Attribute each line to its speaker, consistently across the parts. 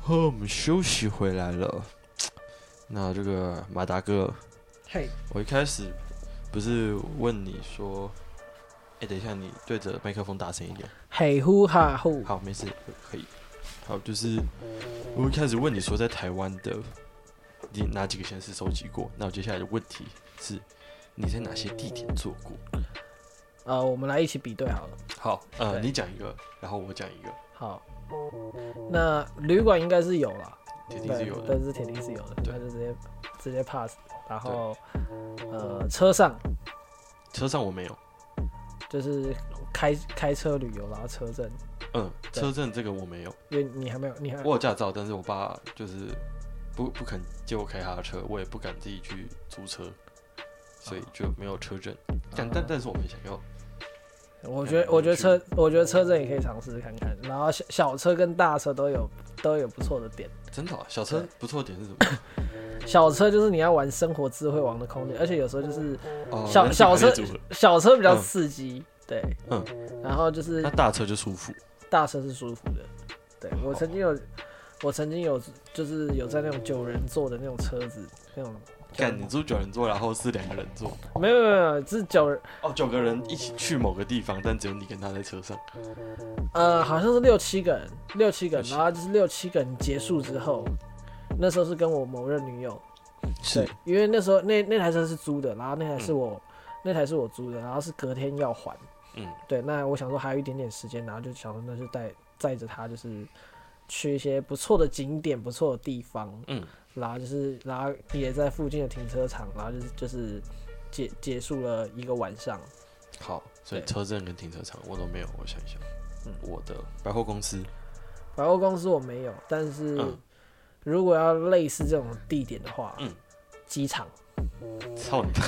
Speaker 1: 后我们休息回来了。那这个马达哥，
Speaker 2: 嘿，
Speaker 1: 我一开始不是问你说，哎、等一下，你对着麦克风大声一点。
Speaker 2: 嘿呼哈呼，
Speaker 1: 好，没事，可以。好，就是我一开始问你说在台湾的你哪几个县市收集过，那我接下来的问题是你在哪些地点做过？
Speaker 2: 呃，我们来一起比对好了。
Speaker 1: 好，呃，
Speaker 2: 对
Speaker 1: 你讲一个，然后我讲一个，
Speaker 2: 好，那旅馆应该是有了，
Speaker 1: 铁定是
Speaker 2: 对
Speaker 1: 有，的。
Speaker 2: 但是铁定是有的，
Speaker 1: 对
Speaker 2: 那就直接直接 pass。然后，呃，车上
Speaker 1: 车上我没有，
Speaker 2: 就是开开车旅游，然后车震，
Speaker 1: 嗯，
Speaker 2: 对
Speaker 1: 车证这个我没有，
Speaker 2: 因为你还没有，你还
Speaker 1: 我有驾照，但是我爸就是不不肯借我开他的车，我也不敢自己去租车，所以就没有车证。
Speaker 2: 啊
Speaker 1: 但但但是我们想要，
Speaker 2: 我觉
Speaker 1: 还
Speaker 2: 得，
Speaker 1: 没
Speaker 2: 我觉得
Speaker 1: 去
Speaker 2: 车，我觉得车震也可以尝试看看。然后小小车跟大车都有都有不错的点。
Speaker 1: 真的啊、小车
Speaker 2: 对
Speaker 1: 不错的点是什 么？
Speaker 2: 小车就是你要玩生活智慧王的空间，而且有时候就是
Speaker 1: 哦，
Speaker 2: 小
Speaker 1: 人是
Speaker 2: 小
Speaker 1: 排列
Speaker 2: 车
Speaker 1: 组合
Speaker 2: 小车比较
Speaker 1: 嗯
Speaker 2: 刺激，对，
Speaker 1: 嗯，
Speaker 2: 然后就是
Speaker 1: 那大车就舒服。
Speaker 2: 大车是舒服的。对我
Speaker 1: 好
Speaker 2: 曾经有，我曾经有就是有在那种九人座的那种车子，那种
Speaker 1: 干，你住九人座，然后是两个人坐，
Speaker 2: 没有没有没有是九人，
Speaker 1: 哦，九个人一起去某个地方，但只有你跟他在车上。
Speaker 2: 呃，好像是六七个人，六七个人，
Speaker 1: 六七
Speaker 2: 然后就是六七个人结束之后，那时候是跟我某任女友，对，因为那时候那那台车是租的，然后那台是我、那台是我租的，然后是隔天要还。
Speaker 1: 嗯，
Speaker 2: 对，那我想说还有一点点时间，然后就想说那就带载着他，就是去一些不错的景点、不错的地方，
Speaker 1: 嗯，
Speaker 2: 然后就是然后也在附近的停车场，然后就是就是结结束了一个晚上。
Speaker 1: 好，所以
Speaker 2: 对
Speaker 1: 车证跟停车场我都没有。我想一想，
Speaker 2: 嗯
Speaker 1: 我的百货公司，
Speaker 2: 百货公司我没有，但是
Speaker 1: 嗯
Speaker 2: 如果要类似这种地点的话，
Speaker 1: 嗯，
Speaker 2: 机场。
Speaker 1: 操你 妈！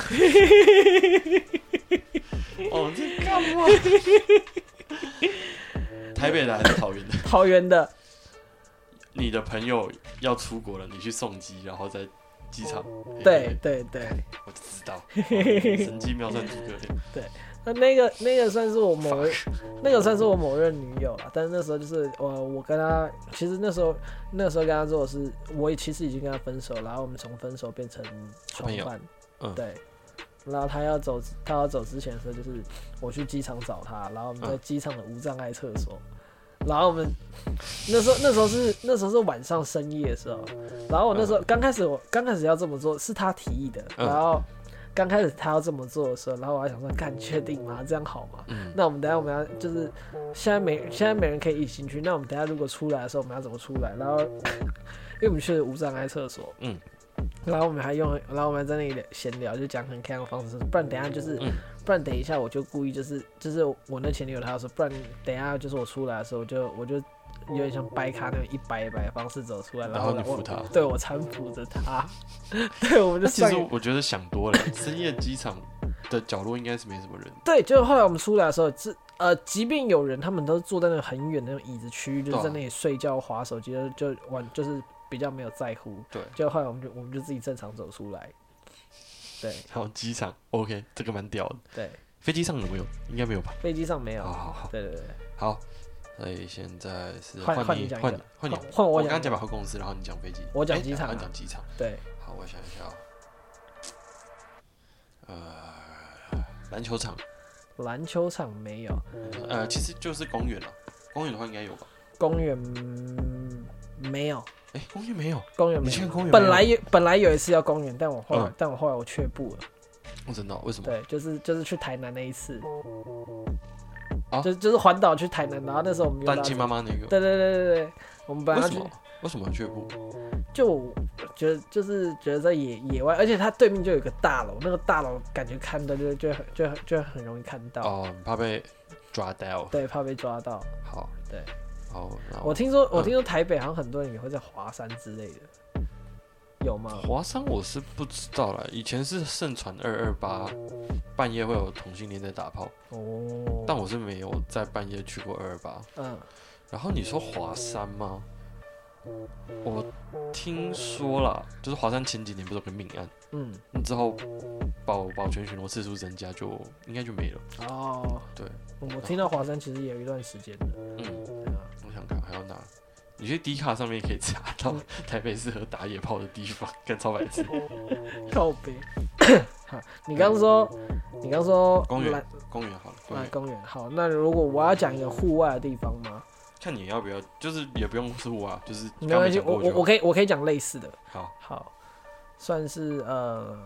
Speaker 1: 哦，这干嘛？台北的还是桃园的？
Speaker 2: 桃园的，
Speaker 1: 你的朋友要出国了，你去送机，然后在机场。哎
Speaker 2: 对，对对，
Speaker 1: 我就知道，哦神机妙算诸 葛亮。
Speaker 2: 那那个那个算是我某任，那个算是我某任女友了，但是那时候就是我我跟她，其实那时候那时候跟她做的是，我也其实已经跟她分手，然后我们从分手变成床
Speaker 1: 朋友
Speaker 2: 伴，
Speaker 1: 嗯
Speaker 2: 对。然后她要走，她要走之前的时候，就是我去机场找她，然后我们在
Speaker 1: 嗯
Speaker 2: 机场的无障碍厕所，然后我们那时候那时候是那时候是晚上深夜的时候，然后我那时候刚开始我刚开始要这么做是她提议的，
Speaker 1: 嗯
Speaker 2: 然后刚开始她要这么做的时候，然后我还想说，干确定吗？这样好吗？
Speaker 1: 嗯，
Speaker 2: 那我们等一下我们要就是现在没现在没人可以一起进去，那我们等一下如果出来的时候我们要怎么出来？然后 因为我们去了无障碍厕所，
Speaker 1: 嗯，
Speaker 2: 然后我们还用，然后我们还在那里闲聊，就讲很开放的方式，不然等一下就是，
Speaker 1: 嗯
Speaker 2: 不然等一下我就故意就是就是我那前女友她说，不然等一下就是我出来的时候我就我就有点像掰咖那种一掰一掰的方式走出来，
Speaker 1: 然
Speaker 2: 后
Speaker 1: 后你扶
Speaker 2: 我
Speaker 1: 他。
Speaker 2: 对我搀扶着她， 对，我们就
Speaker 1: 那其
Speaker 2: 上
Speaker 1: 实我觉得想多了，深夜机场的角落应该是没什么人。
Speaker 2: 对，就是后来我们出来的时候，这呃，即便有人，他们都是坐在那个很远的那种椅子区域，就是
Speaker 1: 对啊
Speaker 2: 在那里睡觉、划手机，就就玩，就是比较没有在乎。
Speaker 1: 对
Speaker 2: 就后来我们就我们就自己正常走出来。对
Speaker 1: 然后机场，OK，这个蛮屌的。
Speaker 2: 对，
Speaker 1: 飞机上有没有？应该没有吧？
Speaker 2: 飞机上没有。
Speaker 1: 好好好
Speaker 2: 对对对，
Speaker 1: 好。所以现在是
Speaker 2: 换换你
Speaker 1: 你
Speaker 2: 讲一
Speaker 1: 换
Speaker 2: 个
Speaker 1: 你换你
Speaker 2: 换换我
Speaker 1: 我
Speaker 2: 讲
Speaker 1: 刚
Speaker 2: 一
Speaker 1: 刚讲
Speaker 2: 个
Speaker 1: 百货公司，然后你讲飞机，
Speaker 2: 我讲
Speaker 1: 哎
Speaker 2: 机场
Speaker 1: 啊
Speaker 2: 啊
Speaker 1: 讲机场。
Speaker 2: 对，
Speaker 1: 好，我想一下哦。呃，篮球场，
Speaker 2: 篮球场没有，
Speaker 1: 呃，其实就是公园了。公园的话应该有吧？
Speaker 2: 公园、嗯没有，
Speaker 1: 哎，公园没有，
Speaker 2: 公园
Speaker 1: 你
Speaker 2: 没
Speaker 1: 去
Speaker 2: 有。
Speaker 1: 看公园没有。
Speaker 2: 本来有本来有一次要公园，但我后来、
Speaker 1: 嗯
Speaker 2: 但我后来我却步了。
Speaker 1: 我真的哦为什么？
Speaker 2: 对，就是就是去台南那一次，
Speaker 1: 啊
Speaker 2: 就就是环岛去台南，然后那时候我们约
Speaker 1: 单
Speaker 2: 到
Speaker 1: 亲妈妈那个。
Speaker 2: 对对对对对，我们本来
Speaker 1: 为
Speaker 2: 要
Speaker 1: 什
Speaker 2: 去
Speaker 1: 么？为什么却步？
Speaker 2: 就我觉得就是觉得在野野外，而且它对面就有一个大楼，那个大楼感觉看到就就很就很就很容易看到，
Speaker 1: 哦，你怕被抓到。
Speaker 2: 对，怕被抓到。
Speaker 1: 好，
Speaker 2: 对，
Speaker 1: 好，那
Speaker 2: 我听说我听说台北好像很多人也会在华山之类的，有吗？
Speaker 1: 呃华山我是不知道啦，以前是盛传二二八，半夜会有同性恋在打炮，
Speaker 2: 哦，
Speaker 1: 但我是没有在半夜去过二二八。
Speaker 2: 嗯，
Speaker 1: 然后你说华山吗？我听说啦，就是华山前几年不是有个命案，
Speaker 2: 嗯，
Speaker 1: 之后保保全巡逻次数增加就，应该就没了。
Speaker 2: 哦，
Speaker 1: 对，
Speaker 2: 我听到华山其实也有一段时间了，
Speaker 1: 嗯，
Speaker 2: 对啊，
Speaker 1: 我想看还有哪？有些迪卡上面可以查到台北适合打野炮的地方，跟超白痴。
Speaker 2: 告别。好，你刚说，你刚说
Speaker 1: 公园
Speaker 2: 来
Speaker 1: 公园好了，公
Speaker 2: 来
Speaker 1: 园
Speaker 2: 公园。好，那如果我要讲一个户外的地方吗？
Speaker 1: 看你要不要，就是也不用是我啊，就是
Speaker 2: 没
Speaker 1: 刚
Speaker 2: 关
Speaker 1: 没
Speaker 2: 系，
Speaker 1: 讲
Speaker 2: 我
Speaker 1: 过就
Speaker 2: 我我可以我可以讲类似的。
Speaker 1: 好。
Speaker 2: 好，算是呃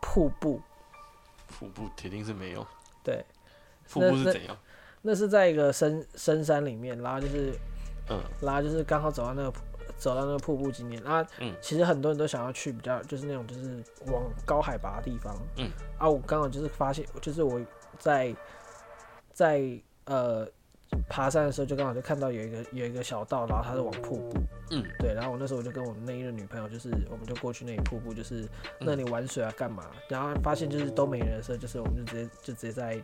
Speaker 2: 瀑布，
Speaker 1: 瀑布铁定是没有，
Speaker 2: 对，
Speaker 1: 瀑布是
Speaker 2: 那
Speaker 1: 怎样？
Speaker 2: 那是在一个深深山里面，然后就是
Speaker 1: 嗯，
Speaker 2: 然后就是刚好走到那个瀑走到那个瀑布景点啊。
Speaker 1: 嗯
Speaker 2: 其实很多人都想要去比较就是那种就是往高海拔的地方。
Speaker 1: 嗯，
Speaker 2: 啊，我刚好就是发现，就是我在在呃爬山的时候，就刚好就看到有一个有一个小道，然后它是往瀑布。
Speaker 1: 嗯，
Speaker 2: 对，然后我那时候我就跟我那一任女朋友，就是我们就过去那里瀑布，
Speaker 1: 嗯
Speaker 2: 就是那里玩水啊，干嘛？然后发现就是都没人的时候，就是我们就直接就直接在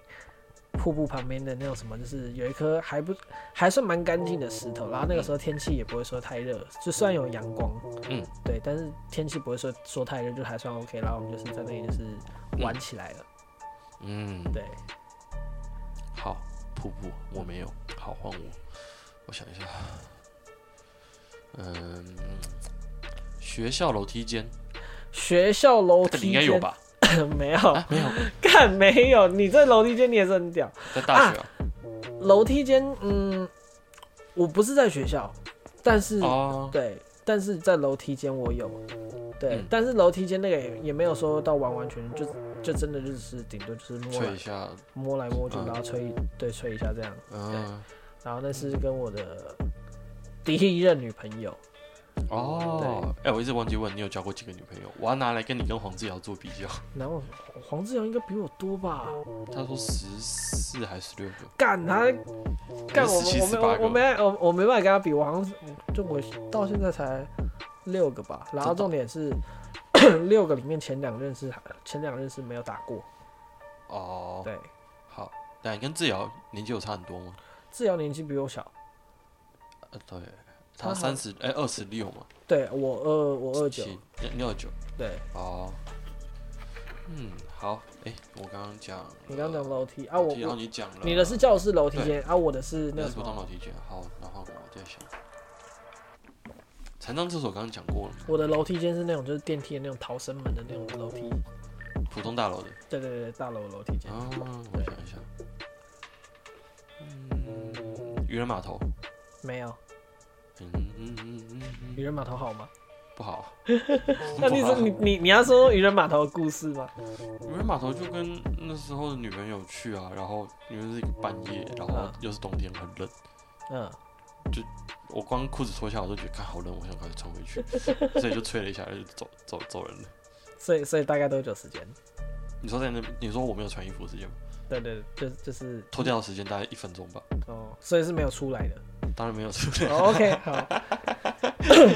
Speaker 2: 瀑布旁边的那种什么，就是有一颗还不还算蛮干净的石头，然后那个时候天气也不会说太热，就虽然有阳光，
Speaker 1: 嗯，
Speaker 2: 对，但是天气不会说说太热，就还算 OK。然后我们就是在那里就是玩起来了，
Speaker 1: 嗯，
Speaker 2: 对，
Speaker 1: 好，瀑布我没有，好换我，我想一下，嗯，学校楼梯间，
Speaker 2: 学校楼
Speaker 1: 这个
Speaker 2: 梯
Speaker 1: 应该有吧？
Speaker 2: 间？ 没有，
Speaker 1: 啊，没有，
Speaker 2: 干没有，你这楼梯间你也是很屌。
Speaker 1: 在大学啊，
Speaker 2: 楼梯间，嗯，我不是在学校，但是、
Speaker 1: 哦，
Speaker 2: 对，但是在楼梯间我有，对，
Speaker 1: 嗯
Speaker 2: 但是楼梯间那个也也没有说到完完全全，就就真的就只是顶多就是摸
Speaker 1: 吹一
Speaker 2: 来
Speaker 1: 下，
Speaker 2: 摸来摸去，
Speaker 1: 嗯
Speaker 2: 然后吹、对吹一下这样，
Speaker 1: 嗯，
Speaker 2: 然后那是跟我的第一任女朋友，
Speaker 1: 哦，哎，我一直忘记问你有交过几个女朋友，我要拿来跟你跟黄志尧做比较，
Speaker 2: 然后黄志阳应该比我多吧？
Speaker 1: 他说十四还是十六个，
Speaker 2: 干他干我
Speaker 1: 十七十
Speaker 2: 我
Speaker 1: 八
Speaker 2: 我我
Speaker 1: 个，
Speaker 2: 没我我没办法跟他比，我好像是就我到现在才六个吧。然后重点 是六个里面前两任是前两任是没有打过，
Speaker 1: 哦，
Speaker 2: 对，
Speaker 1: 好，但你跟志尧年纪有差很多吗？
Speaker 2: 志尧年纪比我小，
Speaker 1: 呃，对，他
Speaker 2: 他好
Speaker 1: 三十哎二十六嘛，
Speaker 2: 对我二我二九，
Speaker 1: 七，你你二九
Speaker 2: 对
Speaker 1: 哦。嗯，好，哎，我刚刚讲了，
Speaker 2: 你刚刚讲楼梯啊，
Speaker 1: 楼
Speaker 2: 我
Speaker 1: 梯然后
Speaker 2: 我
Speaker 1: 你讲了，
Speaker 2: 你的是教室楼梯
Speaker 1: 呃对
Speaker 2: 间啊，我的是
Speaker 1: 你
Speaker 2: 那
Speaker 1: 的
Speaker 2: 个
Speaker 1: 是
Speaker 2: 什
Speaker 1: 不当
Speaker 2: 么，
Speaker 1: 楼梯间，好，然后我在想，残障厕所刚刚讲过了，
Speaker 2: 我的楼梯间是那种就是电梯的那种逃生门的那种楼梯，
Speaker 1: 普通大楼的，
Speaker 2: 对对对，大楼的楼梯间，
Speaker 1: 哦啊，我想一下，嗯，渔人码头，
Speaker 2: 没有
Speaker 1: 嗯嗯嗯嗯嗯，
Speaker 2: 渔人码头好 吗？
Speaker 1: 不好，
Speaker 2: 那你说你你你要说渔人码头的故事吗？
Speaker 1: 渔人码头就跟那时候的女朋友去啊，然后因为是一个半夜，然后
Speaker 2: 嗯
Speaker 1: 又是冬天，很冷。
Speaker 2: 嗯，
Speaker 1: 我光裤子脱下来，我都觉得看好冷，我想赶快穿回去，所以就吹了一下，就走走走人了。
Speaker 2: 所以所以大概多久时间？
Speaker 1: 你说在那，你说我没有穿衣服的时间吗，
Speaker 2: 对对，对就就是
Speaker 1: 脱掉的时间大概一分钟吧，
Speaker 2: 哦，所以是没有出来的。
Speaker 1: 当然没有出来，
Speaker 2: 哦 OK，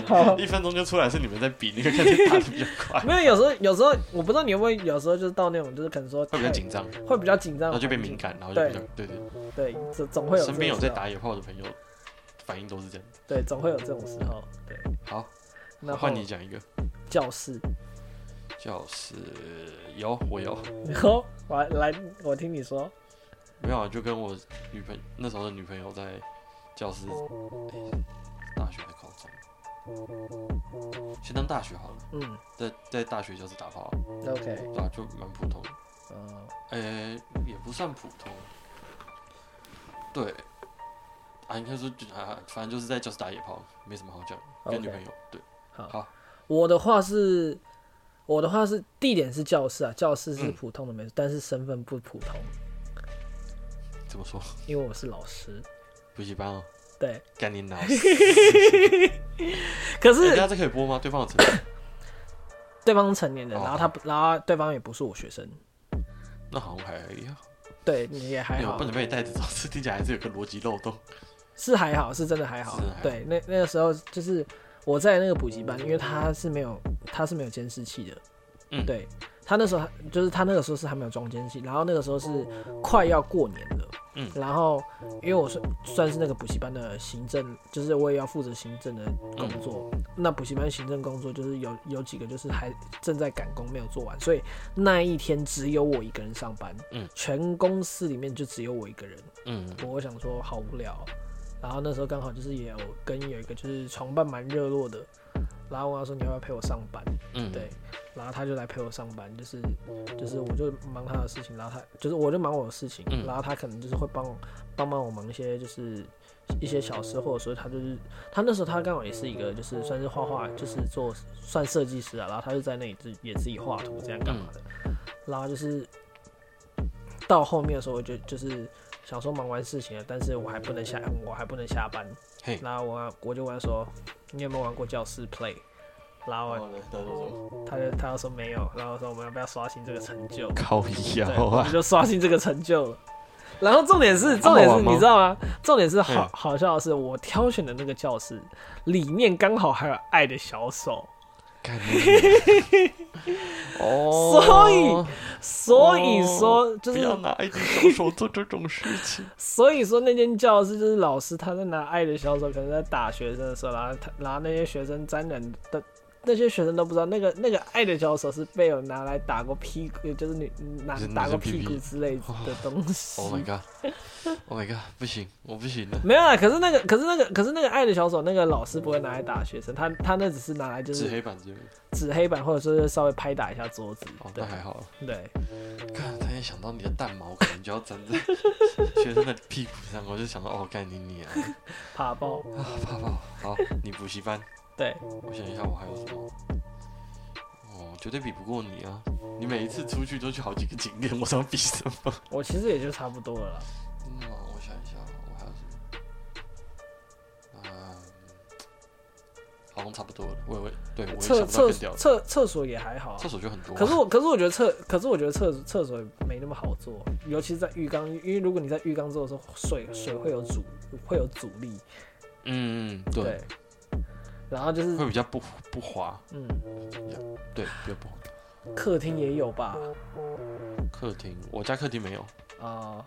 Speaker 2: 好，好，
Speaker 1: 一分钟就出来是你们在比那个看谁打的比较快，
Speaker 2: 没有。有时候有时候我不知道你有没有，有时候就是到那种就是可能说
Speaker 1: 会比较
Speaker 2: 太
Speaker 1: 紧张，
Speaker 2: 会比较紧张
Speaker 1: 然后
Speaker 2: 的环
Speaker 1: 就
Speaker 2: 境，
Speaker 1: 被敏感，然后就比较对对
Speaker 2: 嗯对，总总会有这种
Speaker 1: 身边有在
Speaker 2: 时候，
Speaker 1: 打野炮的朋友，反应都是这样。
Speaker 2: 对，总会有这种时候。对，
Speaker 1: 好，
Speaker 2: 那
Speaker 1: 换你讲一个，
Speaker 2: 教室，
Speaker 1: 就是有我有
Speaker 2: 然后我来我听你说，
Speaker 1: 没有啊，就跟我女朋那时候的女朋友在教室，哎大学还高中，先当大学好了。
Speaker 2: 嗯
Speaker 1: 在在大学教室打炮，
Speaker 2: ，OK，
Speaker 1: 对啊，就蛮普通的，
Speaker 2: 哦，
Speaker 1: 呃、也不算普通，对，啊，应该说就啊，反正就是在教室打野炮，没什么好讲，跟女
Speaker 2: OK
Speaker 1: 朋友，对，
Speaker 2: 我的话是。我的话是地点是教室啊，教室是
Speaker 1: 嗯
Speaker 2: 普通的没错，但是身份不普通，
Speaker 1: 怎么说，
Speaker 2: 因为我是老师。
Speaker 1: 补习班哦，
Speaker 2: 对，
Speaker 1: 干你 老师，
Speaker 2: 可是
Speaker 1: 人家这可以播吗？对方有成人，
Speaker 2: 对方是成年人，
Speaker 1: 哦
Speaker 2: 然后他不，然后对方也不是我学生，
Speaker 1: 那好像还好，
Speaker 2: 对，你也还
Speaker 1: 没有
Speaker 2: 好
Speaker 1: 不，能被你带着走， 这听起来还是有个逻辑漏洞，
Speaker 2: 是还好，是真的还好
Speaker 1: 是还好。
Speaker 2: 对，那那个时候就是我在那个补习班，因为他是没有他是没有监视器的，
Speaker 1: 嗯
Speaker 2: 对他那时候还就是他那个时候是还没有装监视器，然后那个时候是快要过年了。
Speaker 1: 嗯
Speaker 2: 然后，因为我算算是那个补习班的行政，就是我也要负责行政的工作。
Speaker 1: 嗯
Speaker 2: 那补习班行政工作就是有有几个就是还正在赶工没有做完，所以那一天只有我一个人上班。
Speaker 1: 嗯，
Speaker 2: 全公司里面就只有我一个人。
Speaker 1: 嗯，
Speaker 2: 我想说好无聊哦、然后那时候刚好就是也有跟有一个就是床伴蛮热络的，然后我跟他说你要不要陪我上班？
Speaker 1: 嗯，
Speaker 2: 对，然后他就来陪我上班，就是就是我就忙他的事情，然后他就是我就忙我的事情，
Speaker 1: 嗯
Speaker 2: 然后他可能就是会帮我帮帮我忙一些就是一些小事，或者说他就是他那时候他刚好也是一个就是算是画画，就是做算设计师啊，然后他就在那里自己也自己画图这样干嘛的，然后就是到后面的时候我就就是。想说忙完事情了，但是我还不能下，我还不能下班。
Speaker 1: 嘿，
Speaker 2: 然后我我就问他说：“你有没有玩过教室 play？” 然后我
Speaker 1: 哦
Speaker 2: 他就他就说没有，然后说我们要不要刷新这个成就？
Speaker 1: 靠
Speaker 2: 对，
Speaker 1: 腰
Speaker 2: 我
Speaker 1: 啊
Speaker 2: 们！就刷新这个成就了。然后重点是，重点
Speaker 1: 好
Speaker 2: 是，
Speaker 1: 玩吗
Speaker 2: 你知道吗？重点是好
Speaker 1: 嗯
Speaker 2: 好笑的是，我挑选的那个教室里面刚好还有爱的小手，
Speaker 1: 干你哦，
Speaker 2: 所以所以
Speaker 1: 哦
Speaker 2: 说就
Speaker 1: 不
Speaker 2: 是
Speaker 1: 要拿一只小手做这种事情。
Speaker 2: 所以说那间教室就是老师他在拿爱的小手，可能在打学生的时候，然后他然后那些学生沾染的。那些学生都不知道，那个那个爱的小手是被我拿来打过屁股，就是你拿
Speaker 1: 就是拿
Speaker 2: 打过
Speaker 1: 着屁哦
Speaker 2: 屁股
Speaker 1: 屁
Speaker 2: 之类的东西。
Speaker 1: Oh my god！Oh my god！不行，我不行了。
Speaker 2: 没有啦，可是那个，可是那个，可是那个爱的小手，那个老师不会拿来打学生，他他那只是拿来就
Speaker 1: 纸
Speaker 2: 是
Speaker 1: 黑板之类的，
Speaker 2: 纸黑板，或者说是稍微拍打一下桌子。
Speaker 1: 哦，
Speaker 2: 对
Speaker 1: 那还好。
Speaker 2: 对，
Speaker 1: 看，他一想到你的蛋毛可能就要粘在学生的屁股上，我就想到哦，干你你啊！
Speaker 2: 怕爆。
Speaker 1: 啊，怕怕。好，你补习班，
Speaker 2: 对，
Speaker 1: 我想一下我还有什么。哦，绝对比不过你啊！你每一次出去都去好几个景点，我想比什么？
Speaker 2: 我其实也就差不多了啦。
Speaker 1: 真的吗？我想一下，我还有什么？嗯，好像差不多了。我也会，对我也想不
Speaker 2: 厕
Speaker 1: 到
Speaker 2: 厕
Speaker 1: 更屌的。
Speaker 2: 厕厕所也还好啊
Speaker 1: 厕。所就很多啊、
Speaker 2: 可是我，可是我觉得厕，可是我觉得厕厕所没那么好做，尤其是在浴缸，因为如果你在浴缸做的时候，水水会有阻，会有阻力。
Speaker 1: 嗯，嗯，对，
Speaker 2: 对。然后就是，
Speaker 1: 会比较不不滑，
Speaker 2: 嗯，
Speaker 1: 对，比较不滑。
Speaker 2: 客厅也有吧？
Speaker 1: 客厅，我家客厅没有，
Speaker 2: 啊、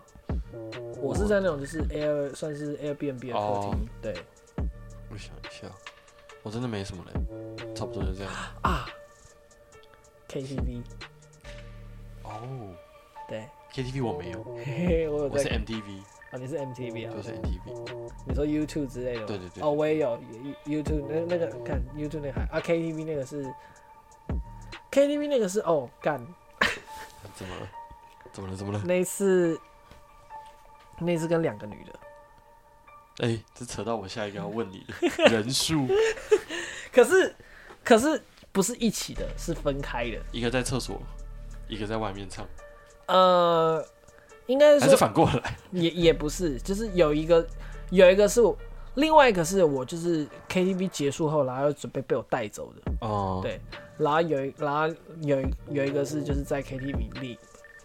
Speaker 2: 我是在那种就是 Air 算是 Airbnb 的客厅，
Speaker 1: 哦
Speaker 2: 对
Speaker 1: 我想一下，我真的没什么嘞，差不多就这样。
Speaker 2: 啊，KTV，
Speaker 1: 哦
Speaker 2: 对，
Speaker 1: ，KTV 我没有，
Speaker 2: 嘿嘿，我有
Speaker 1: 我是
Speaker 2: 在
Speaker 1: MTV，
Speaker 2: 啊，你是 MTV
Speaker 1: 就
Speaker 2: 啊，
Speaker 1: 是 MTV。
Speaker 2: 你说 YouTube 之类的吗，
Speaker 1: 对对对
Speaker 2: 哦，我也有 YouTube 那那个看 YouTube 那个还啊 KTV 那个是 KTV 那个是哦干
Speaker 1: 怎么了？怎么了？怎么了？
Speaker 2: 那一次那一次跟两个女的，
Speaker 1: 哎、这扯到我下一个要问你的人数，
Speaker 2: 可是可是不是一起的，是分开的，
Speaker 1: 一个在厕所，一个在外面唱，
Speaker 2: 呃，应该是
Speaker 1: 还
Speaker 2: 说
Speaker 1: 是反过来？
Speaker 2: 也也不是，就是有一个有一个是我，另外一个是我就是 KTV 结束后，然后准备被我带走的，
Speaker 1: 哦，
Speaker 2: 对然后有一然后有一有一个是就是在 KTV 里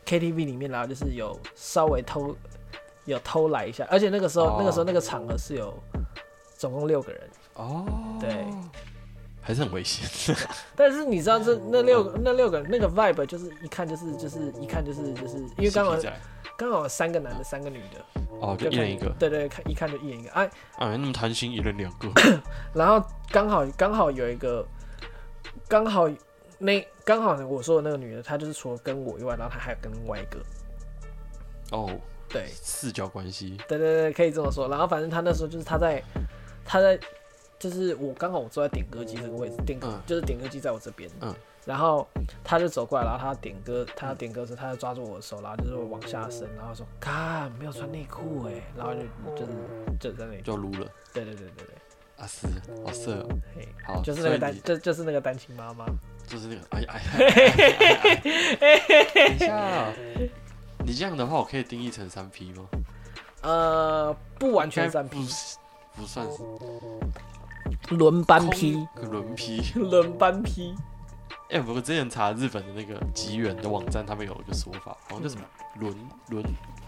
Speaker 2: KTV 里面，然后就是有稍微偷有偷来一下，而且那个时候、
Speaker 1: 哦
Speaker 2: 那个时候那个场合是有总共六个人，
Speaker 1: 哦，
Speaker 2: 对，
Speaker 1: 还是很危险。
Speaker 2: 但是你知道这那六那六个人那个 vibe 就是一看就是就是一看就是就是 因为刚好
Speaker 1: CP 仔
Speaker 2: 刚好有三个男的三个女的，
Speaker 1: 哦，就一人一个，
Speaker 2: 对对，看一看就一人一个，哎、
Speaker 1: 啊，那么贪心，一人两 个，
Speaker 2: 然后刚好刚好有一个，刚好那刚好我说的那个女的，她就是除了跟我以外，然后她还有跟另外一个，
Speaker 1: 哦，
Speaker 2: 对
Speaker 1: 四角关系，
Speaker 2: 对对对，可以这么说。然后反正她那时候就是她在她在就是我刚好我坐在点歌机这个位置，点歌、
Speaker 1: 嗯
Speaker 2: 就是点歌机在我这边，
Speaker 1: 嗯，
Speaker 2: 然后她就走过来，然后她点歌，她点歌的时候，她就抓住我的手，然后就是往下伸，然后说：“看，没有穿内裤哎。”然后就就是就在那里，
Speaker 1: 就撸了。
Speaker 2: 对对对对对，
Speaker 1: 啊是，好色哦，
Speaker 2: 嘿，
Speaker 1: 好，
Speaker 2: 就是那
Speaker 1: 所
Speaker 2: 个
Speaker 1: 以
Speaker 2: 单
Speaker 1: 你，
Speaker 2: 就就是那个单亲妈妈。
Speaker 1: 就是那个，哎呀哎呀哎呀哎呀，哎 等一下，啊你这样的话，我可以定义成三 P 吗？
Speaker 2: 呃，不完全
Speaker 1: 应该
Speaker 2: 三
Speaker 1: 不
Speaker 2: P，
Speaker 1: 是，不算是
Speaker 2: 轮班
Speaker 1: 空
Speaker 2: P，
Speaker 1: 轮 P。
Speaker 2: 轮班 P，
Speaker 1: 哎，我之前查日本的那个吉原的网站，他们有一个说法，好像叫什么轮轮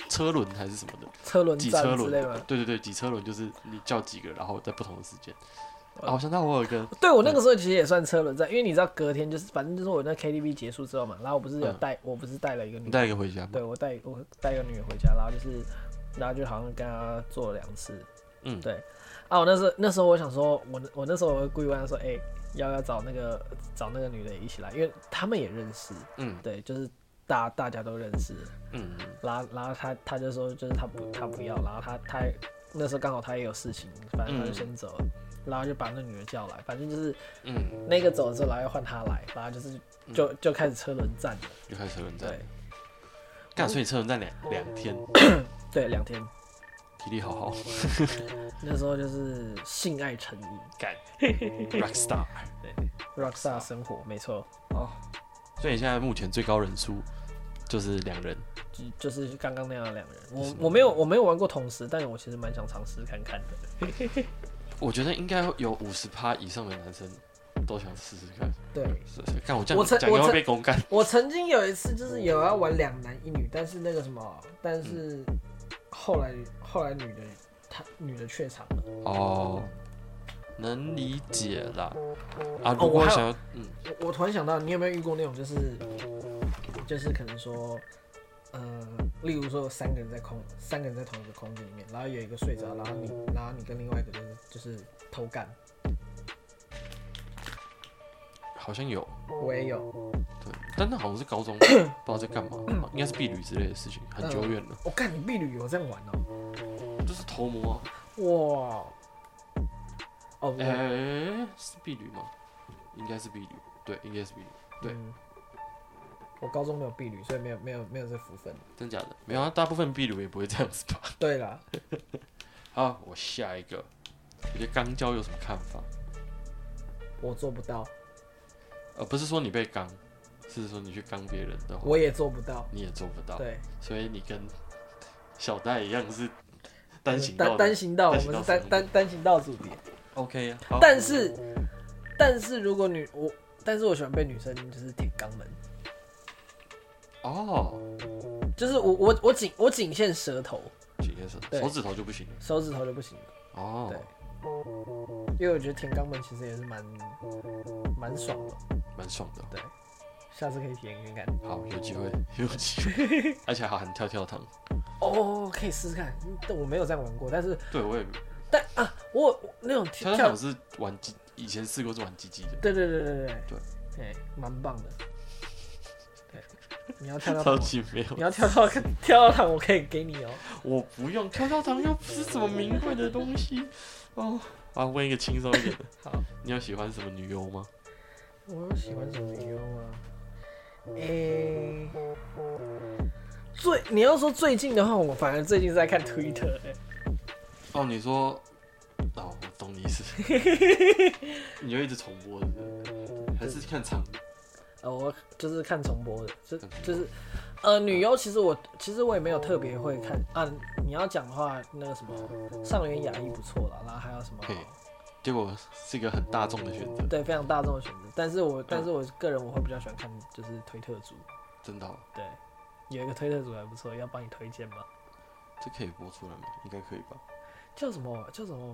Speaker 1: 车轮还是什么的，
Speaker 2: 车轮
Speaker 1: 几
Speaker 2: 战
Speaker 1: 车
Speaker 2: 之
Speaker 1: 轮
Speaker 2: 类吗？？
Speaker 1: 对对对，几车轮就是你叫几个，然后在不同的时间。啊好像那我有一个，
Speaker 2: 对我那个时候其实也算车轮战，因为你知道隔天就是，反正就是我那 KTV 结束之后嘛，然后我不是有带，我不是带了一个女
Speaker 1: 你，嗯带一个回家吗？
Speaker 2: 对我带我带一个女的回家，然后就是，然后就好像跟她做了两次，
Speaker 1: 嗯
Speaker 2: 对，啊，我那时候那时候我想说，我我那时候我会故意问她说，哎、要不要找那个找那个女的也一起来，因为他们也认识，
Speaker 1: 嗯
Speaker 2: 对，就是大大家都认识，
Speaker 1: 嗯，
Speaker 2: 然后然后他他就说就是他不他不要，然后他他那时候刚好他也有事情，反正他就
Speaker 1: 嗯
Speaker 2: 先走了，然后就把那女的叫来，反正就是
Speaker 1: 嗯，
Speaker 2: 那个走了之后，然后又换他来，然后就是就就开始车轮战了，
Speaker 1: 又开始车轮战
Speaker 2: 对
Speaker 1: 了，干，所以车轮战两两天，
Speaker 2: 对，两天，
Speaker 1: 体力好好，
Speaker 2: 那时候就是性爱成瘾
Speaker 1: 干 rock star。
Speaker 2: ，rockstar 生活，没错，
Speaker 1: 哦，所以你现在目前最高人数就是两人，
Speaker 2: 就就是刚刚那样的两人，
Speaker 1: 是
Speaker 2: 我
Speaker 1: 吗
Speaker 2: 我没有我没有玩过同时，但我其实蛮想尝试看看的，
Speaker 1: 我觉得应该有五十趴以上的男生都想试试看。
Speaker 2: 对。
Speaker 1: 是是看我这样
Speaker 2: 我曾
Speaker 1: 讲应该
Speaker 2: 我
Speaker 1: 会
Speaker 2: 曾
Speaker 1: 被公干。
Speaker 2: 我曾经有一次就是有要玩两男一女，但是那个什么，但是后来后来女的她女的怯场了。
Speaker 1: 哦，能理解啦。啊，
Speaker 2: 哦
Speaker 1: 如
Speaker 2: 我
Speaker 1: 果
Speaker 2: 还有
Speaker 1: 想要，嗯，
Speaker 2: 我我突然想到，你有没有遇过那种就是就是可能说，呃，例如说三个人在空三个人在同一个空间里面，然后有一个睡着，然后你然后你跟另外一个就是就是偷干，
Speaker 1: 好像有，
Speaker 2: 我也有，
Speaker 1: 对，但那好像是高 中，不知道在干嘛，应该是婢女之类的事情，很
Speaker 2: 嗯
Speaker 1: 久远了，
Speaker 2: 我、干你婢女有这样玩
Speaker 1: 就是头模啊。
Speaker 2: 哦，哇，哦，我
Speaker 1: 哎，是婢女吗？应该是婢女，对，应该是婢女，对
Speaker 2: 嗯我高中没有婢女，所以没有没有没有这福分。
Speaker 1: 真假的？没有啊，大部分婢女也不会这样子吧？
Speaker 2: 对啦，
Speaker 1: 好，我下一个，你对肛交有什么看法？
Speaker 2: 我做不到，
Speaker 1: 呃，不是说你被肛，是说你去肛别人的话，
Speaker 2: 我也做不到。
Speaker 1: 你也做不到，
Speaker 2: 对，
Speaker 1: 所以你跟小戴一样是单行道
Speaker 2: 单
Speaker 1: 的
Speaker 2: 单行道，我
Speaker 1: 单
Speaker 2: 们
Speaker 1: 行道
Speaker 2: 是单
Speaker 1: 组
Speaker 2: 单单行道组别。
Speaker 1: OK 啊，好
Speaker 2: 但是，但是如果女我，但是我喜欢被女生就是舔肛门，
Speaker 1: 哦，
Speaker 2: 就是我我我仅我仅限舌头，
Speaker 1: 几天手
Speaker 2: 对
Speaker 1: 手指头就不行了
Speaker 2: 手指头就不行了，
Speaker 1: 哦，
Speaker 2: 因为我觉得舔肛门其实也是蛮蛮爽的。
Speaker 1: 蛮爽的。
Speaker 2: 对，下次可以体验看看。
Speaker 1: 好，有机会， 有机会， 而且还含跳跳糖。
Speaker 2: 哦，可以试试看，但我没有这样玩过，但是
Speaker 1: 对，我也
Speaker 2: 但啊，我我那种
Speaker 1: 跳跳糖是玩鸡，以前试过是玩鸡鸡的，
Speaker 2: 对对对对对
Speaker 1: 对，
Speaker 2: 哎，蛮棒的。对，你要跳到
Speaker 1: 超级没有
Speaker 2: 你。要跳到跳到塔，我可以给你哦。
Speaker 1: 我不用跳跳糖，又不是什么名贵的东西哦。啊，问一个轻松一 点的，
Speaker 2: 好，
Speaker 1: 你有喜欢什么女优吗？
Speaker 2: 我喜欢什么女优啊？诶、最你要说最近的话，我反而最近是在看 Twitter，、欸、
Speaker 1: 哦，你说，哦，我懂你意 思。你就一直重播是不是还是看长的？
Speaker 2: 呃，我就是看重播的，就就是呃女优，其实我其实我也没有特别会看啊。你要讲的话，那个什么上元雅一不错啦，然后还有什么
Speaker 1: 嘿结果是一个很大众的嗯选择，
Speaker 2: 对非常大众的选择，但是我但是我个人我会比较喜欢看就是推特组。
Speaker 1: 真的哦、
Speaker 2: 对，有一个推特组还不错，要帮你推荐吗？
Speaker 1: 这可以播出来吗？应该可以吧？
Speaker 2: 叫什么？叫什么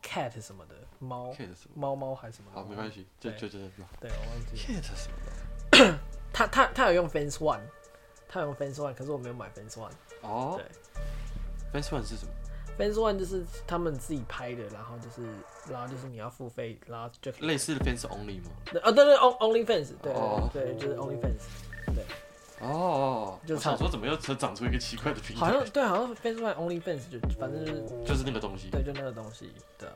Speaker 2: ？cat 什么的猫
Speaker 1: 可以的什么？
Speaker 2: 猫猫还是什么的？
Speaker 1: 好，没关系，就
Speaker 2: 对
Speaker 1: 就就这样。
Speaker 2: 对，我忘记了。
Speaker 1: Kid 什么的？
Speaker 2: 他他他有用 Fans One，他有用 Fans One，可是我没有买 Fans One。
Speaker 1: 哦，Fans One 是什么？
Speaker 2: Fans One 就是他们自己拍的，然后就是然后就是你要付费，然后就可以。
Speaker 1: 类似的 Fans Only 吗？
Speaker 2: 对啊，对对，On Only Fans，对
Speaker 1: 哦
Speaker 2: 对对，就是 Only Fans。
Speaker 1: 哦，
Speaker 2: 就
Speaker 1: 我
Speaker 2: 差
Speaker 1: 想
Speaker 2: 不多
Speaker 1: 说怎么又只长出一个奇怪的平
Speaker 2: 好
Speaker 1: 台？
Speaker 2: 像对，好像 Fans One Only Fans 就反正就是
Speaker 1: 就是那个东西，
Speaker 2: 对，就那个东西。对啊，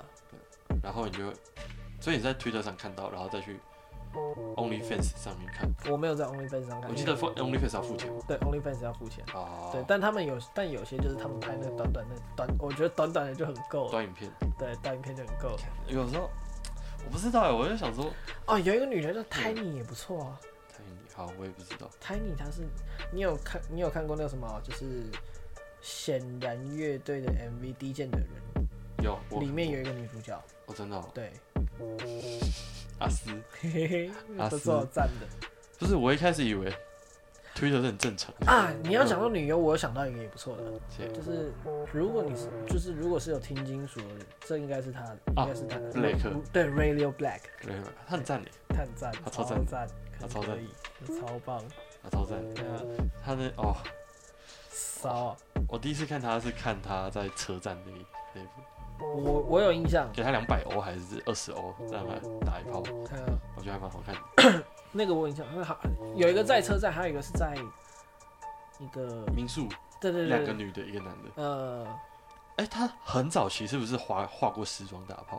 Speaker 1: 然后你就，所以你在推特上看到，然后再去 OnlyFans 上面看。
Speaker 2: 我没有在 Only Fans 上看。
Speaker 1: 我记得
Speaker 2: 因为
Speaker 1: OnlyFans 要付钱吗？
Speaker 2: 对 Only Fans 要付钱。
Speaker 1: 哦，
Speaker 2: 对，但他们有，但有些就是他们拍那短短的短，我觉得短短的就很够了，
Speaker 1: 短影片，
Speaker 2: 对，短影片就很够了。
Speaker 1: 有时候我不知道哎，我就想说，
Speaker 2: 哦，有一个女
Speaker 1: 嗯
Speaker 2: 人叫 Tiny 也不错啊
Speaker 1: 太好，我也不知道。
Speaker 2: ，Tiny 她是，你有看你有看过那个什么，就是显然乐队的 MV《低贱的人
Speaker 1: 有，》我
Speaker 2: 里面有一个女主角，
Speaker 1: 我真的哦
Speaker 2: 对，
Speaker 1: 阿斯，
Speaker 2: 嘿嘿嘿，
Speaker 1: 啊
Speaker 2: 不错，
Speaker 1: 是
Speaker 2: 赞的
Speaker 1: 就是我一开始以为推特是很正常的，
Speaker 2: 啊。你要讲到女优，我有想到一个也不错的，
Speaker 1: 谁
Speaker 2: 就是如果你是，就是如果是有听金属的人，这应该是她，应
Speaker 1: 啊
Speaker 2: 该是她，
Speaker 1: Black
Speaker 2: 对，Radio Black。
Speaker 1: 对，他很赞的，欸
Speaker 2: 他很赞，
Speaker 1: 他超
Speaker 2: 赞，
Speaker 1: 赞
Speaker 2: 赞，
Speaker 1: 他超赞
Speaker 2: 可以，超棒，
Speaker 1: 他超赞的，
Speaker 2: 对啊，
Speaker 1: 他的哦，
Speaker 2: 骚。
Speaker 1: 我第一次看他是看他在车站那一那一部，
Speaker 2: 我我有印象，
Speaker 1: 给他两百欧还是二十欧，
Speaker 2: 哦
Speaker 1: 让他打一炮，
Speaker 2: 呃，
Speaker 1: 我觉得还蛮好看的。
Speaker 2: 那个我有印象，那好，有一个在车站，还有一个是在一个，
Speaker 1: 民宿
Speaker 2: 对对
Speaker 1: 两个
Speaker 2: 对，
Speaker 1: 女的，一个男的，
Speaker 2: 呃，
Speaker 1: 哎、他很早期是不是画画过时装打炮？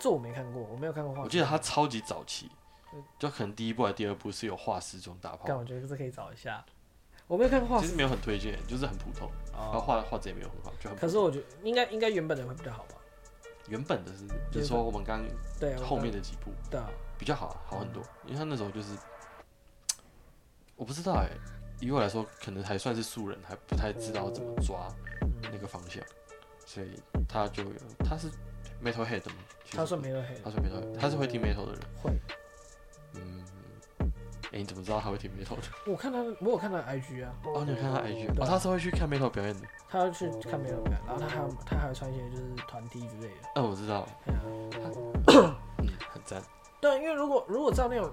Speaker 2: 这我没看过，我没有看过画。
Speaker 1: 我记得他，超级早期
Speaker 2: 嗯，
Speaker 1: 就可能第一部还是第二部是有画时装打
Speaker 2: 但
Speaker 1: 炮
Speaker 2: 我，觉得这可以找一下。我没有看过画
Speaker 1: 其，实没有很推荐，就是很普通，然后
Speaker 2: 哦，
Speaker 1: 画画质也没有很好，就很普
Speaker 2: 可
Speaker 1: 通。
Speaker 2: 是我觉得应该应该原本的会比较好吧？
Speaker 1: 原本的是
Speaker 2: 对
Speaker 1: 你说我们刚
Speaker 2: 对，我
Speaker 1: 刚后面
Speaker 2: 的
Speaker 1: 的几部
Speaker 2: 对啊，
Speaker 1: 比较好啊，好很多，因为他那时候就是我不知道哎、以我来说可能还算是素人，还不太知道怎么抓
Speaker 2: 嗯，
Speaker 1: 那个方向，所以他就有他是 metal head 吗？其实
Speaker 2: 他说没有黑
Speaker 1: 他说 metal，head，他是会听 metal 的人。
Speaker 2: 会，
Speaker 1: 嗯，哎、你怎么知道他会听 metal 的？
Speaker 2: 我看他，我有看他的 IG 啊，
Speaker 1: 哦，你有看他 IG，
Speaker 2: 对
Speaker 1: 哦，
Speaker 2: 啊
Speaker 1: 他是会去看 metal 表演的。
Speaker 2: 他要去看没有感，然后他还有他还会穿一些就是团 T 之类的。
Speaker 1: 嗯，我知道，
Speaker 2: 对啊，
Speaker 1: 嗯，很赞。
Speaker 2: 对，因为如果如果照那种，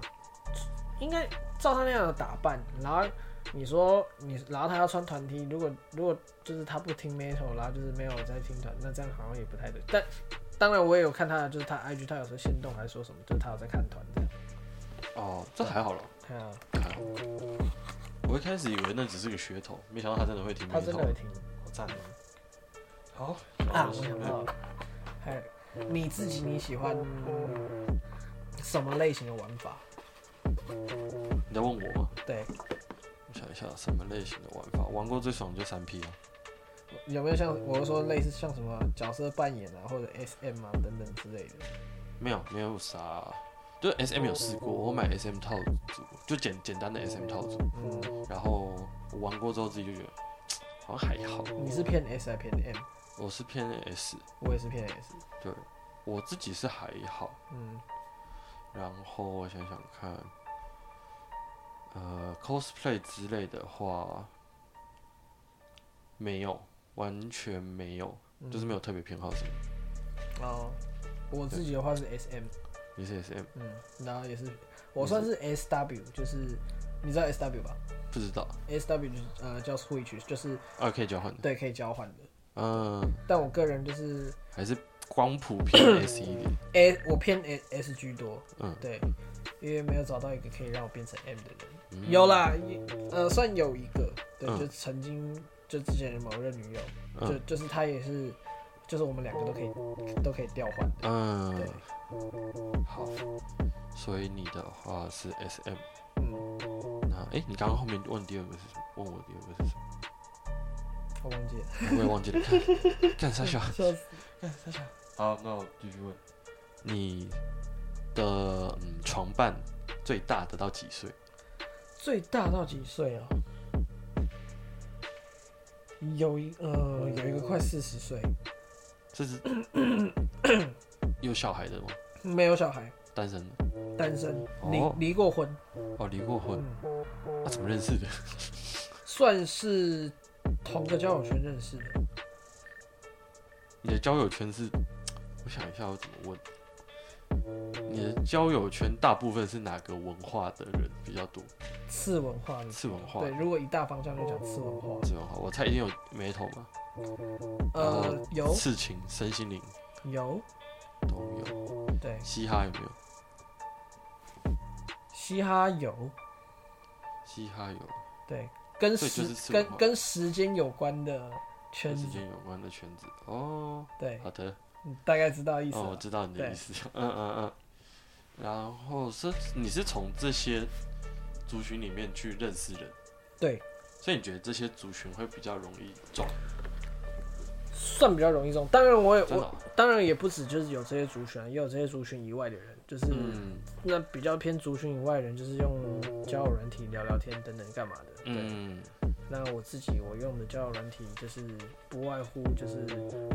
Speaker 2: 应该照他那样的打扮，然后你说你，然后他要穿团 T，如果如果就是他不听 metal，然后就是没有在听团，那这样好像也不太对。但当然我也有看他的，就是他 IG 他有时候心动还是说什么，就是他有在看团这样。
Speaker 1: 哦，这还好了，
Speaker 2: 对啊，
Speaker 1: 这还好。我一开始以为那只是个噱头，没想到他真的会听
Speaker 2: 他真
Speaker 1: metal，
Speaker 2: 的有听
Speaker 1: 好赞哦。好
Speaker 2: 啊！我想到了，还有你自己你喜欢嗯什么类型的玩法？
Speaker 1: 你在问我吗？
Speaker 2: 对，
Speaker 1: 我想一下，什么类型的玩法？玩过最爽就三 P 啊。
Speaker 2: 有没有像我是说类似像什么角色扮演啊，或者 SM 啊等等之类的？
Speaker 1: 没有，没有啥，就 S M 有试过，我买 S M 套组，就简简单的 S M 套组，
Speaker 2: 嗯，
Speaker 1: 然后我玩过之后自己就觉得好像还好。
Speaker 2: 你是偏 S 还偏 M？
Speaker 1: 我是偏 S，
Speaker 2: 我也是偏 S。
Speaker 1: 对我自己是还好。
Speaker 2: 嗯，
Speaker 1: 然后我想想看，呃，cosplay 之类的话，没有，完全没有，
Speaker 2: 嗯
Speaker 1: 就是没有特别偏好什么。
Speaker 2: 哦，我自己的话是 SM，
Speaker 1: 你是 S M
Speaker 2: 嗯，然后也是我算是 SW，就是你知道 SW 吧
Speaker 1: 不知道，
Speaker 2: ？SW 就是呃叫 Switch，就是
Speaker 1: 二 K 交换的，
Speaker 2: 对可以交换的。
Speaker 1: 嗯、
Speaker 2: 但我个人就是
Speaker 1: 还是光谱偏 S 一点。
Speaker 2: S，我偏 S S 居多。
Speaker 1: 嗯，
Speaker 2: 对，因为没有找到一个可以让我变成 M 的人。
Speaker 1: 嗯
Speaker 2: 有，啦，也呃，算有一个，对，
Speaker 1: 嗯
Speaker 2: 就曾经就之前的某任女友，
Speaker 1: 嗯
Speaker 2: 就就是她也是，就是我们两个都可以都可以调换的，对
Speaker 1: 嗯，，好。所以你的话是 S M，
Speaker 2: 嗯，
Speaker 1: 那哎、诶你刚刚后面问第二个是什么？问我第二个是什么？
Speaker 2: 我忘记了，
Speaker 1: 我也忘记了，看，干啥小？
Speaker 2: 笑死，
Speaker 1: 好，那我继续问，你的嗯床伴最大的到几岁？
Speaker 2: 最大到几岁啊？有一呃，有一个快四十岁，
Speaker 1: 这是 有小孩的吗？
Speaker 2: 没有小孩，
Speaker 1: 单身的？
Speaker 2: 单身，离
Speaker 1: 哦
Speaker 2: 离过婚，
Speaker 1: 哦，离过婚？
Speaker 2: 嗯，
Speaker 1: 那、怎么认识的？
Speaker 2: 算是同个交友圈认识的，
Speaker 1: 你的交友圈是？我想一下，我怎么问？你的交友圈大部分是哪个文化的人比较多？
Speaker 2: 次文化的，
Speaker 1: 次文化哦
Speaker 2: 对，，如果以大方向就讲次文化，
Speaker 1: 次文化，我猜一定有 metal 嘛，
Speaker 2: 呃，有
Speaker 1: 刺青、身心灵
Speaker 2: 有，
Speaker 1: 都有，
Speaker 2: 对，
Speaker 1: 嘻哈有没有？
Speaker 2: 嘻哈有，
Speaker 1: 嘻哈有，
Speaker 2: 对，跟
Speaker 1: 所以就是
Speaker 2: 时
Speaker 1: 次文
Speaker 2: 跟
Speaker 1: 化
Speaker 2: 跟时间有关的圈
Speaker 1: 跟
Speaker 2: 子
Speaker 1: 时，间有关的圈子哦。
Speaker 2: 对，
Speaker 1: 好的，
Speaker 2: 你大概知道意思啊
Speaker 1: 哦，我
Speaker 2: 了。
Speaker 1: 知道你的
Speaker 2: 对
Speaker 1: 意思，嗯嗯嗯。然后是你是从这些族群里面去认识人，
Speaker 2: 对，
Speaker 1: 所以你觉得这些族群会比较容易撞？
Speaker 2: 算比较容易中。当然我也
Speaker 1: 真的
Speaker 2: 我
Speaker 1: 哦、
Speaker 2: 当然也不止就是有这些族群啊，也有这些族群以外的人，就是、
Speaker 1: 嗯
Speaker 2: 那比较偏族群以外的人，就是用交友软体聊聊天等等干嘛的。对，
Speaker 1: 嗯，
Speaker 2: 那我自己我用的交友软体就是不外乎就是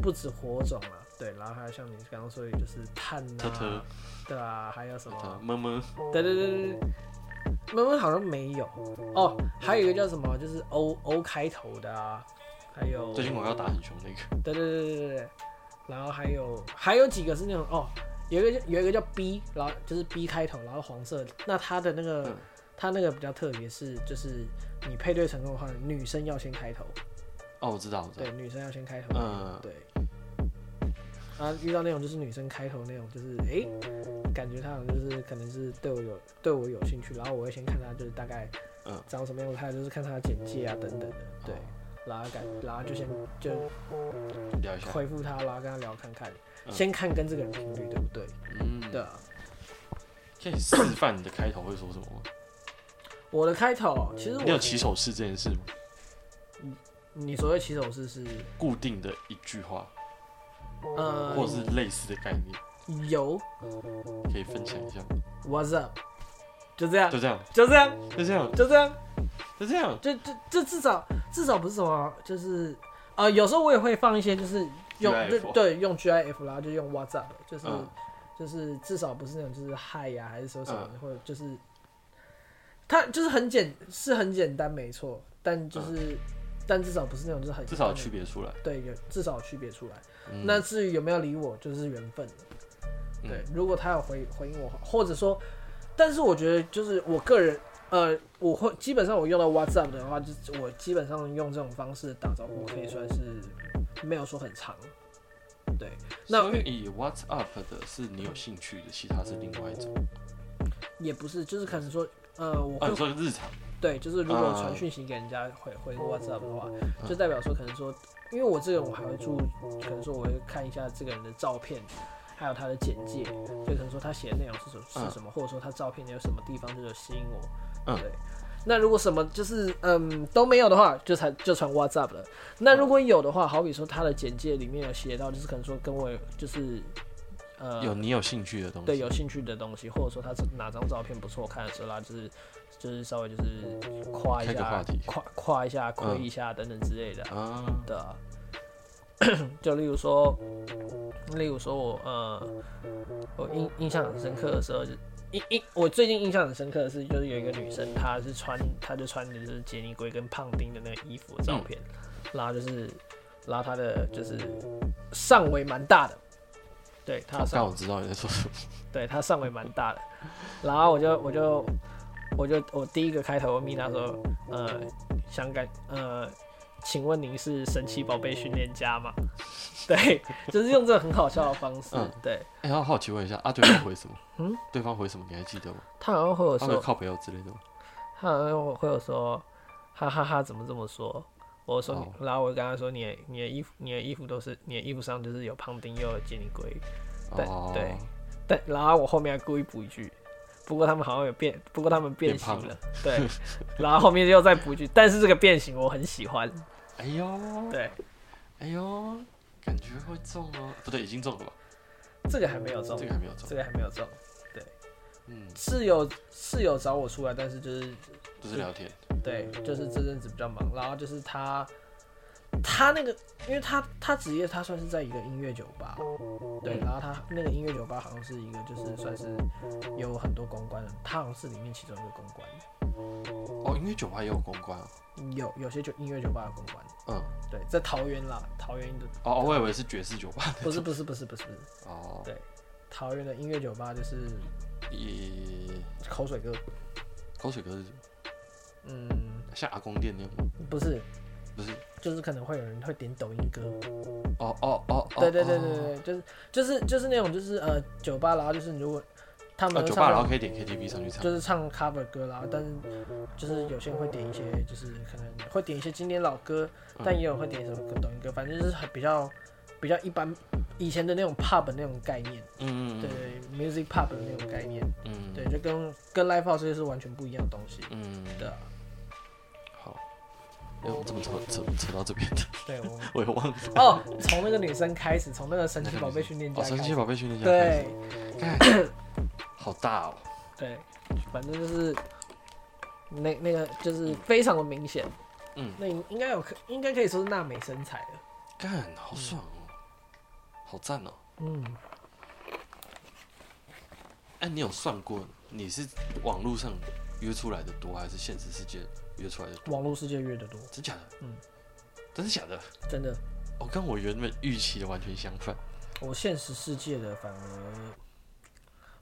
Speaker 2: 不止火种啊，对，然后还有像你刚刚说的就是探
Speaker 1: 特特
Speaker 2: 啊，对啊，还有什
Speaker 1: 特
Speaker 2: 么
Speaker 1: 特么么，
Speaker 2: 对对对对对，闷闷好像没有哦，还有一个叫什么，就是 O O 开头的啊，还有
Speaker 1: 最
Speaker 2: 对
Speaker 1: 近广告打很凶那个，
Speaker 2: 对对对对对，然后还有还有几个是那种哦，有一个叫有一个叫 B，然后就是 B 开头，然后黄色的，那它的那个、
Speaker 1: 嗯
Speaker 2: 它那个比较特别是，就是你配对成功的话，女生要先开头，
Speaker 1: 哦，我知道，我知道
Speaker 2: 对，，女生要先开头，
Speaker 1: 嗯
Speaker 2: 对。啊，遇到那种就是女生开头那种，就是诶，感觉她好像就是可能是对我有对我有兴趣，然后我会先看她就是大概
Speaker 1: 嗯哦
Speaker 2: 长什么样子，还有就是看她的简介啊等等的，对。然后感，然后就先就
Speaker 1: 聊一下。
Speaker 2: 回复他，然后跟他聊看看，
Speaker 1: 嗯
Speaker 2: 先看跟这个人频率对不对？
Speaker 1: 嗯，
Speaker 2: 对。啊，
Speaker 1: 可以示范你的开头会说什么吗？
Speaker 2: 我的开头其实
Speaker 1: 你有
Speaker 2: 我
Speaker 1: 起手式这件事吗？
Speaker 2: 你所谓起手式是
Speaker 1: 固定的一句话，
Speaker 2: 呃
Speaker 1: 或者是类似的概念，
Speaker 2: 有
Speaker 1: 可以分享一下吗。
Speaker 2: What's up，就这样
Speaker 1: 就这样，
Speaker 2: 就这样
Speaker 1: 就这样，
Speaker 2: 就这样。
Speaker 1: 就这样。
Speaker 2: 就就就至少至少不是什么，就是呃，有时候我也会放一些，就是用
Speaker 1: GIF
Speaker 2: 对对用 GIF，然后就用 WhatsApp，就是、
Speaker 1: 嗯
Speaker 2: 就是至少不是那种就是嗨呀、还是说什么，
Speaker 1: 嗯
Speaker 2: 或者就是它就是很简是很简单没错，但就是、但至少不是那种就是很
Speaker 1: 嗯至少有区别出来。
Speaker 2: 对有至少有区别出来。
Speaker 1: 嗯
Speaker 2: 那至于有没有理我，就是缘分了。对，如果他有回回应我，或者说，但是我觉得就是我个人，呃，我会基本上我用到 WhatsApp 的话，就是我基本上用这种方式打招呼，可以算是没有说很长。对，那
Speaker 1: 所以 WhatsApp 的是你有兴趣的，其他是另外一种。
Speaker 2: 也不是，就是可能说，呃，我
Speaker 1: 啊，
Speaker 2: 会、
Speaker 1: 你说日常，
Speaker 2: 对，就是如果
Speaker 1: 嗯
Speaker 2: 传讯息给人家回回 WhatsApp 的话，就代表说可能说，因为我这个人我还会注，可能说我会看一下这个人的照片，还有他的简介，就可能说他写的内容是什
Speaker 1: 嗯
Speaker 2: 是什么，或者说他照片有什么地方就是有吸引我，
Speaker 1: 嗯
Speaker 2: 对。那如果什么就是嗯都没有的话，就才就传 WhatsApp 了。那如果有的话，好比说他的简介里面有写到，就是可能说跟我有就是呃
Speaker 1: 有你有兴趣的东西。
Speaker 2: 对有兴趣的东西，或者说他是哪张照片不错看的时候啦，就是就是稍微就是夸一啊
Speaker 1: 开个话
Speaker 2: 下
Speaker 1: 题，
Speaker 2: 夸夸一下、亏
Speaker 1: 嗯
Speaker 2: 一下等等之类的啊。
Speaker 1: 啊，
Speaker 2: 的啊、 就例如说，例如说我呃，我印印象很深刻的时候就。印印，我最近印象很深刻的是，就是有一个女生，她是穿，她就穿的就是杰尼龟跟胖丁的那个衣服的照片，
Speaker 1: 嗯
Speaker 2: 然后就是，然后她的就是上围蛮大的，对，她的
Speaker 1: 我
Speaker 2: 上
Speaker 1: 刚好知道你在说什么。
Speaker 2: 对他上围蛮大的，然后我就我就我就我第一个开头我密他说，呃，想感呃，请问您是神奇宝贝训练家吗？ 对，就是用这种很好笑的方式，
Speaker 1: 嗯
Speaker 2: 对
Speaker 1: 哎，然后好奇问一下，啊，对方回什么？
Speaker 2: 嗯，
Speaker 1: 对方回什么？你还记得吗？
Speaker 2: 他好像会有
Speaker 1: 他回
Speaker 2: 说，
Speaker 1: 靠朋友之类的吗？
Speaker 2: 他好像会有说，哈哈哈，怎么这么说？我说你
Speaker 1: 哦
Speaker 2: 然后我跟他说你的你的衣服你的衣服都是你的衣服上就是有胖丁又有杰尼龟，对
Speaker 1: 哦，
Speaker 2: 对但然后我后面还故意补一句，不过他们好像有变，不过他们变
Speaker 1: 变
Speaker 2: 形
Speaker 1: 胖
Speaker 2: 了， 对。然后后面又再补一句，但是这个变形我很喜欢，
Speaker 1: 哎呦，
Speaker 2: 对，
Speaker 1: 哎呦，感觉会中哦。不对，已经中了吧？
Speaker 2: 这个还没有中
Speaker 1: 这，个还没有中。
Speaker 2: 这个还没有中，
Speaker 1: 嗯，
Speaker 2: 室友室友找我出来，但是就是
Speaker 1: 就是聊天。
Speaker 2: 对，就是这阵子比较忙，然后就是他。他那个，因为他他职业他算是在一个音乐酒吧，对，然后他那个音乐酒吧好像是一个就是算是有很多公关的，他好像是里面其中一个公关，
Speaker 1: 哦，因为酒吧也有公关啊。
Speaker 2: 有有些酒音乐酒吧的公关，
Speaker 1: 嗯，
Speaker 2: 对，在桃园啦，桃园的
Speaker 1: 哦，哦我以为是爵士酒吧。
Speaker 2: 不是不是不是不是不是，
Speaker 1: 哦，
Speaker 2: 桃园的音乐酒吧就是
Speaker 1: 也
Speaker 2: 口水歌，
Speaker 1: 口水歌是什么
Speaker 2: 嗯，
Speaker 1: 像阿公店那样吗？
Speaker 2: 不是，
Speaker 1: 不是。
Speaker 2: 就是可能会有人会点抖音歌，
Speaker 1: 哦哦哦哦。
Speaker 2: 对对对
Speaker 1: 哦
Speaker 2: 对对，就是就是就是那种就是呃酒吧，然后就是如果他
Speaker 1: 啊，
Speaker 2: 们
Speaker 1: 酒
Speaker 2: 唱
Speaker 1: 吧
Speaker 2: 的
Speaker 1: 然后可以点 KTV 上去唱
Speaker 2: 就。是唱 cover 歌啦，但是就是有些人会点一些就是可能会点一些经典老歌，
Speaker 1: 嗯
Speaker 2: 但也有人会点什么歌抖音歌，反正就是很比较比较一般以前的那种 pub 那种概念，
Speaker 1: 嗯
Speaker 2: 对
Speaker 1: 嗯
Speaker 2: ，music pub 的那种概念，
Speaker 1: 嗯，
Speaker 2: 对，就跟跟 live house 就是完全不一样的东西，
Speaker 1: 嗯，
Speaker 2: 对啊。
Speaker 1: 好。哎，我们怎么扯扯扯到这边 的？
Speaker 2: 对，我们
Speaker 1: 我也忘了。
Speaker 2: 哦，从那个女生开始，从那个神奇宝贝训练家
Speaker 1: 哦，
Speaker 2: 开始，
Speaker 1: 神奇宝贝训练家开始
Speaker 2: 对
Speaker 1: 好大哦。
Speaker 2: 对，反正就是那那个就是非常的明显，
Speaker 1: 嗯，
Speaker 2: 那应该有可应该可以说是娜美身材了，
Speaker 1: 干，好爽哦，好赞哦。
Speaker 2: 嗯，
Speaker 1: 哎，你有算过你是网络上约出来的多，还是现实世界约出来的多？
Speaker 2: 网络世界越的多，
Speaker 1: 真假的？
Speaker 2: 嗯，
Speaker 1: 真的假的？
Speaker 2: 真的，
Speaker 1: 哦，跟我原本预期的完全相反。
Speaker 2: 我现实世界的反而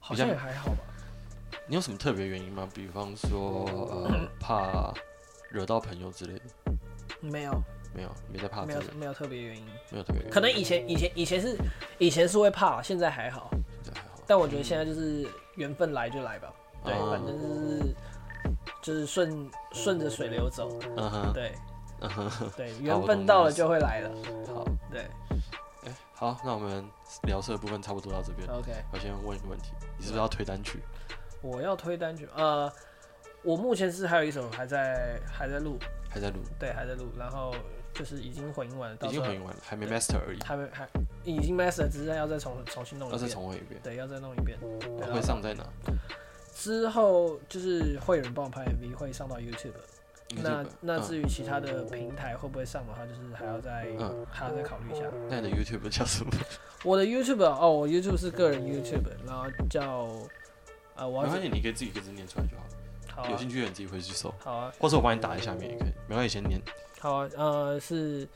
Speaker 2: 好
Speaker 1: 比较
Speaker 2: 像也还好吧，
Speaker 1: 你有什么特别原因吗？比方说，呃，怕惹到朋友之类的？
Speaker 2: 没有
Speaker 1: 没有，没在怕
Speaker 2: 没
Speaker 1: 这
Speaker 2: 有
Speaker 1: 个，
Speaker 2: 没有特别原因，
Speaker 1: 没有特别原因。
Speaker 2: 可能以前以前以前是以前是会怕，现在还好，
Speaker 1: 对还好
Speaker 2: 但我觉得现在就是缘分来就来吧，对，
Speaker 1: 嗯
Speaker 2: 反正就是就是顺顺着水流走，
Speaker 1: 嗯哼，
Speaker 2: 对， 对，
Speaker 1: 好
Speaker 2: 缘
Speaker 1: 我
Speaker 2: 分
Speaker 1: 懂
Speaker 2: 到
Speaker 1: 你
Speaker 2: 了
Speaker 1: 意思
Speaker 2: 就会来了。
Speaker 1: 好，
Speaker 2: 对
Speaker 1: 哎，好，那我们聊色的部分差不多到这边。
Speaker 2: ，OK，
Speaker 1: 我先问一个问题，你是不是要推单曲？
Speaker 2: 我要推单曲，呃，我目前是还有一首还在还在录，
Speaker 1: 还在录，
Speaker 2: 对，还在录，然后就是已经混音完了，到
Speaker 1: 已
Speaker 2: 时
Speaker 1: 经
Speaker 2: 候
Speaker 1: 混音完了，还没
Speaker 2: 对
Speaker 1: master 而已，
Speaker 2: 还没还已经 master，只是要再重重新弄一
Speaker 1: 要
Speaker 2: 遍，
Speaker 1: 再重温一遍。哦
Speaker 2: 对，要再弄一遍。对
Speaker 1: 会
Speaker 2: 然后
Speaker 1: 上在哪？
Speaker 2: 之后就是会有人帮我拍 MV，会上到 YouTube。那
Speaker 1: YouTube
Speaker 2: 那
Speaker 1: 嗯
Speaker 2: 至于其他的平台会不会上的话，就是还要再、
Speaker 1: 嗯
Speaker 2: 还要再考虑一下。
Speaker 1: 那你的 YouTube 叫什么？
Speaker 2: 我的 YouTube 哦，我 YouTube 是个人 YouTube，然后叫啊，我
Speaker 1: 没
Speaker 2: 要
Speaker 1: 关系，你可以自己一个字念出来就好了。
Speaker 2: 好
Speaker 1: 有
Speaker 2: 啊
Speaker 1: 兴趣的人自己回去搜，
Speaker 2: 好啊
Speaker 1: 或者我帮你打在下面也可以。没关系，先念。
Speaker 2: 好啊，呃是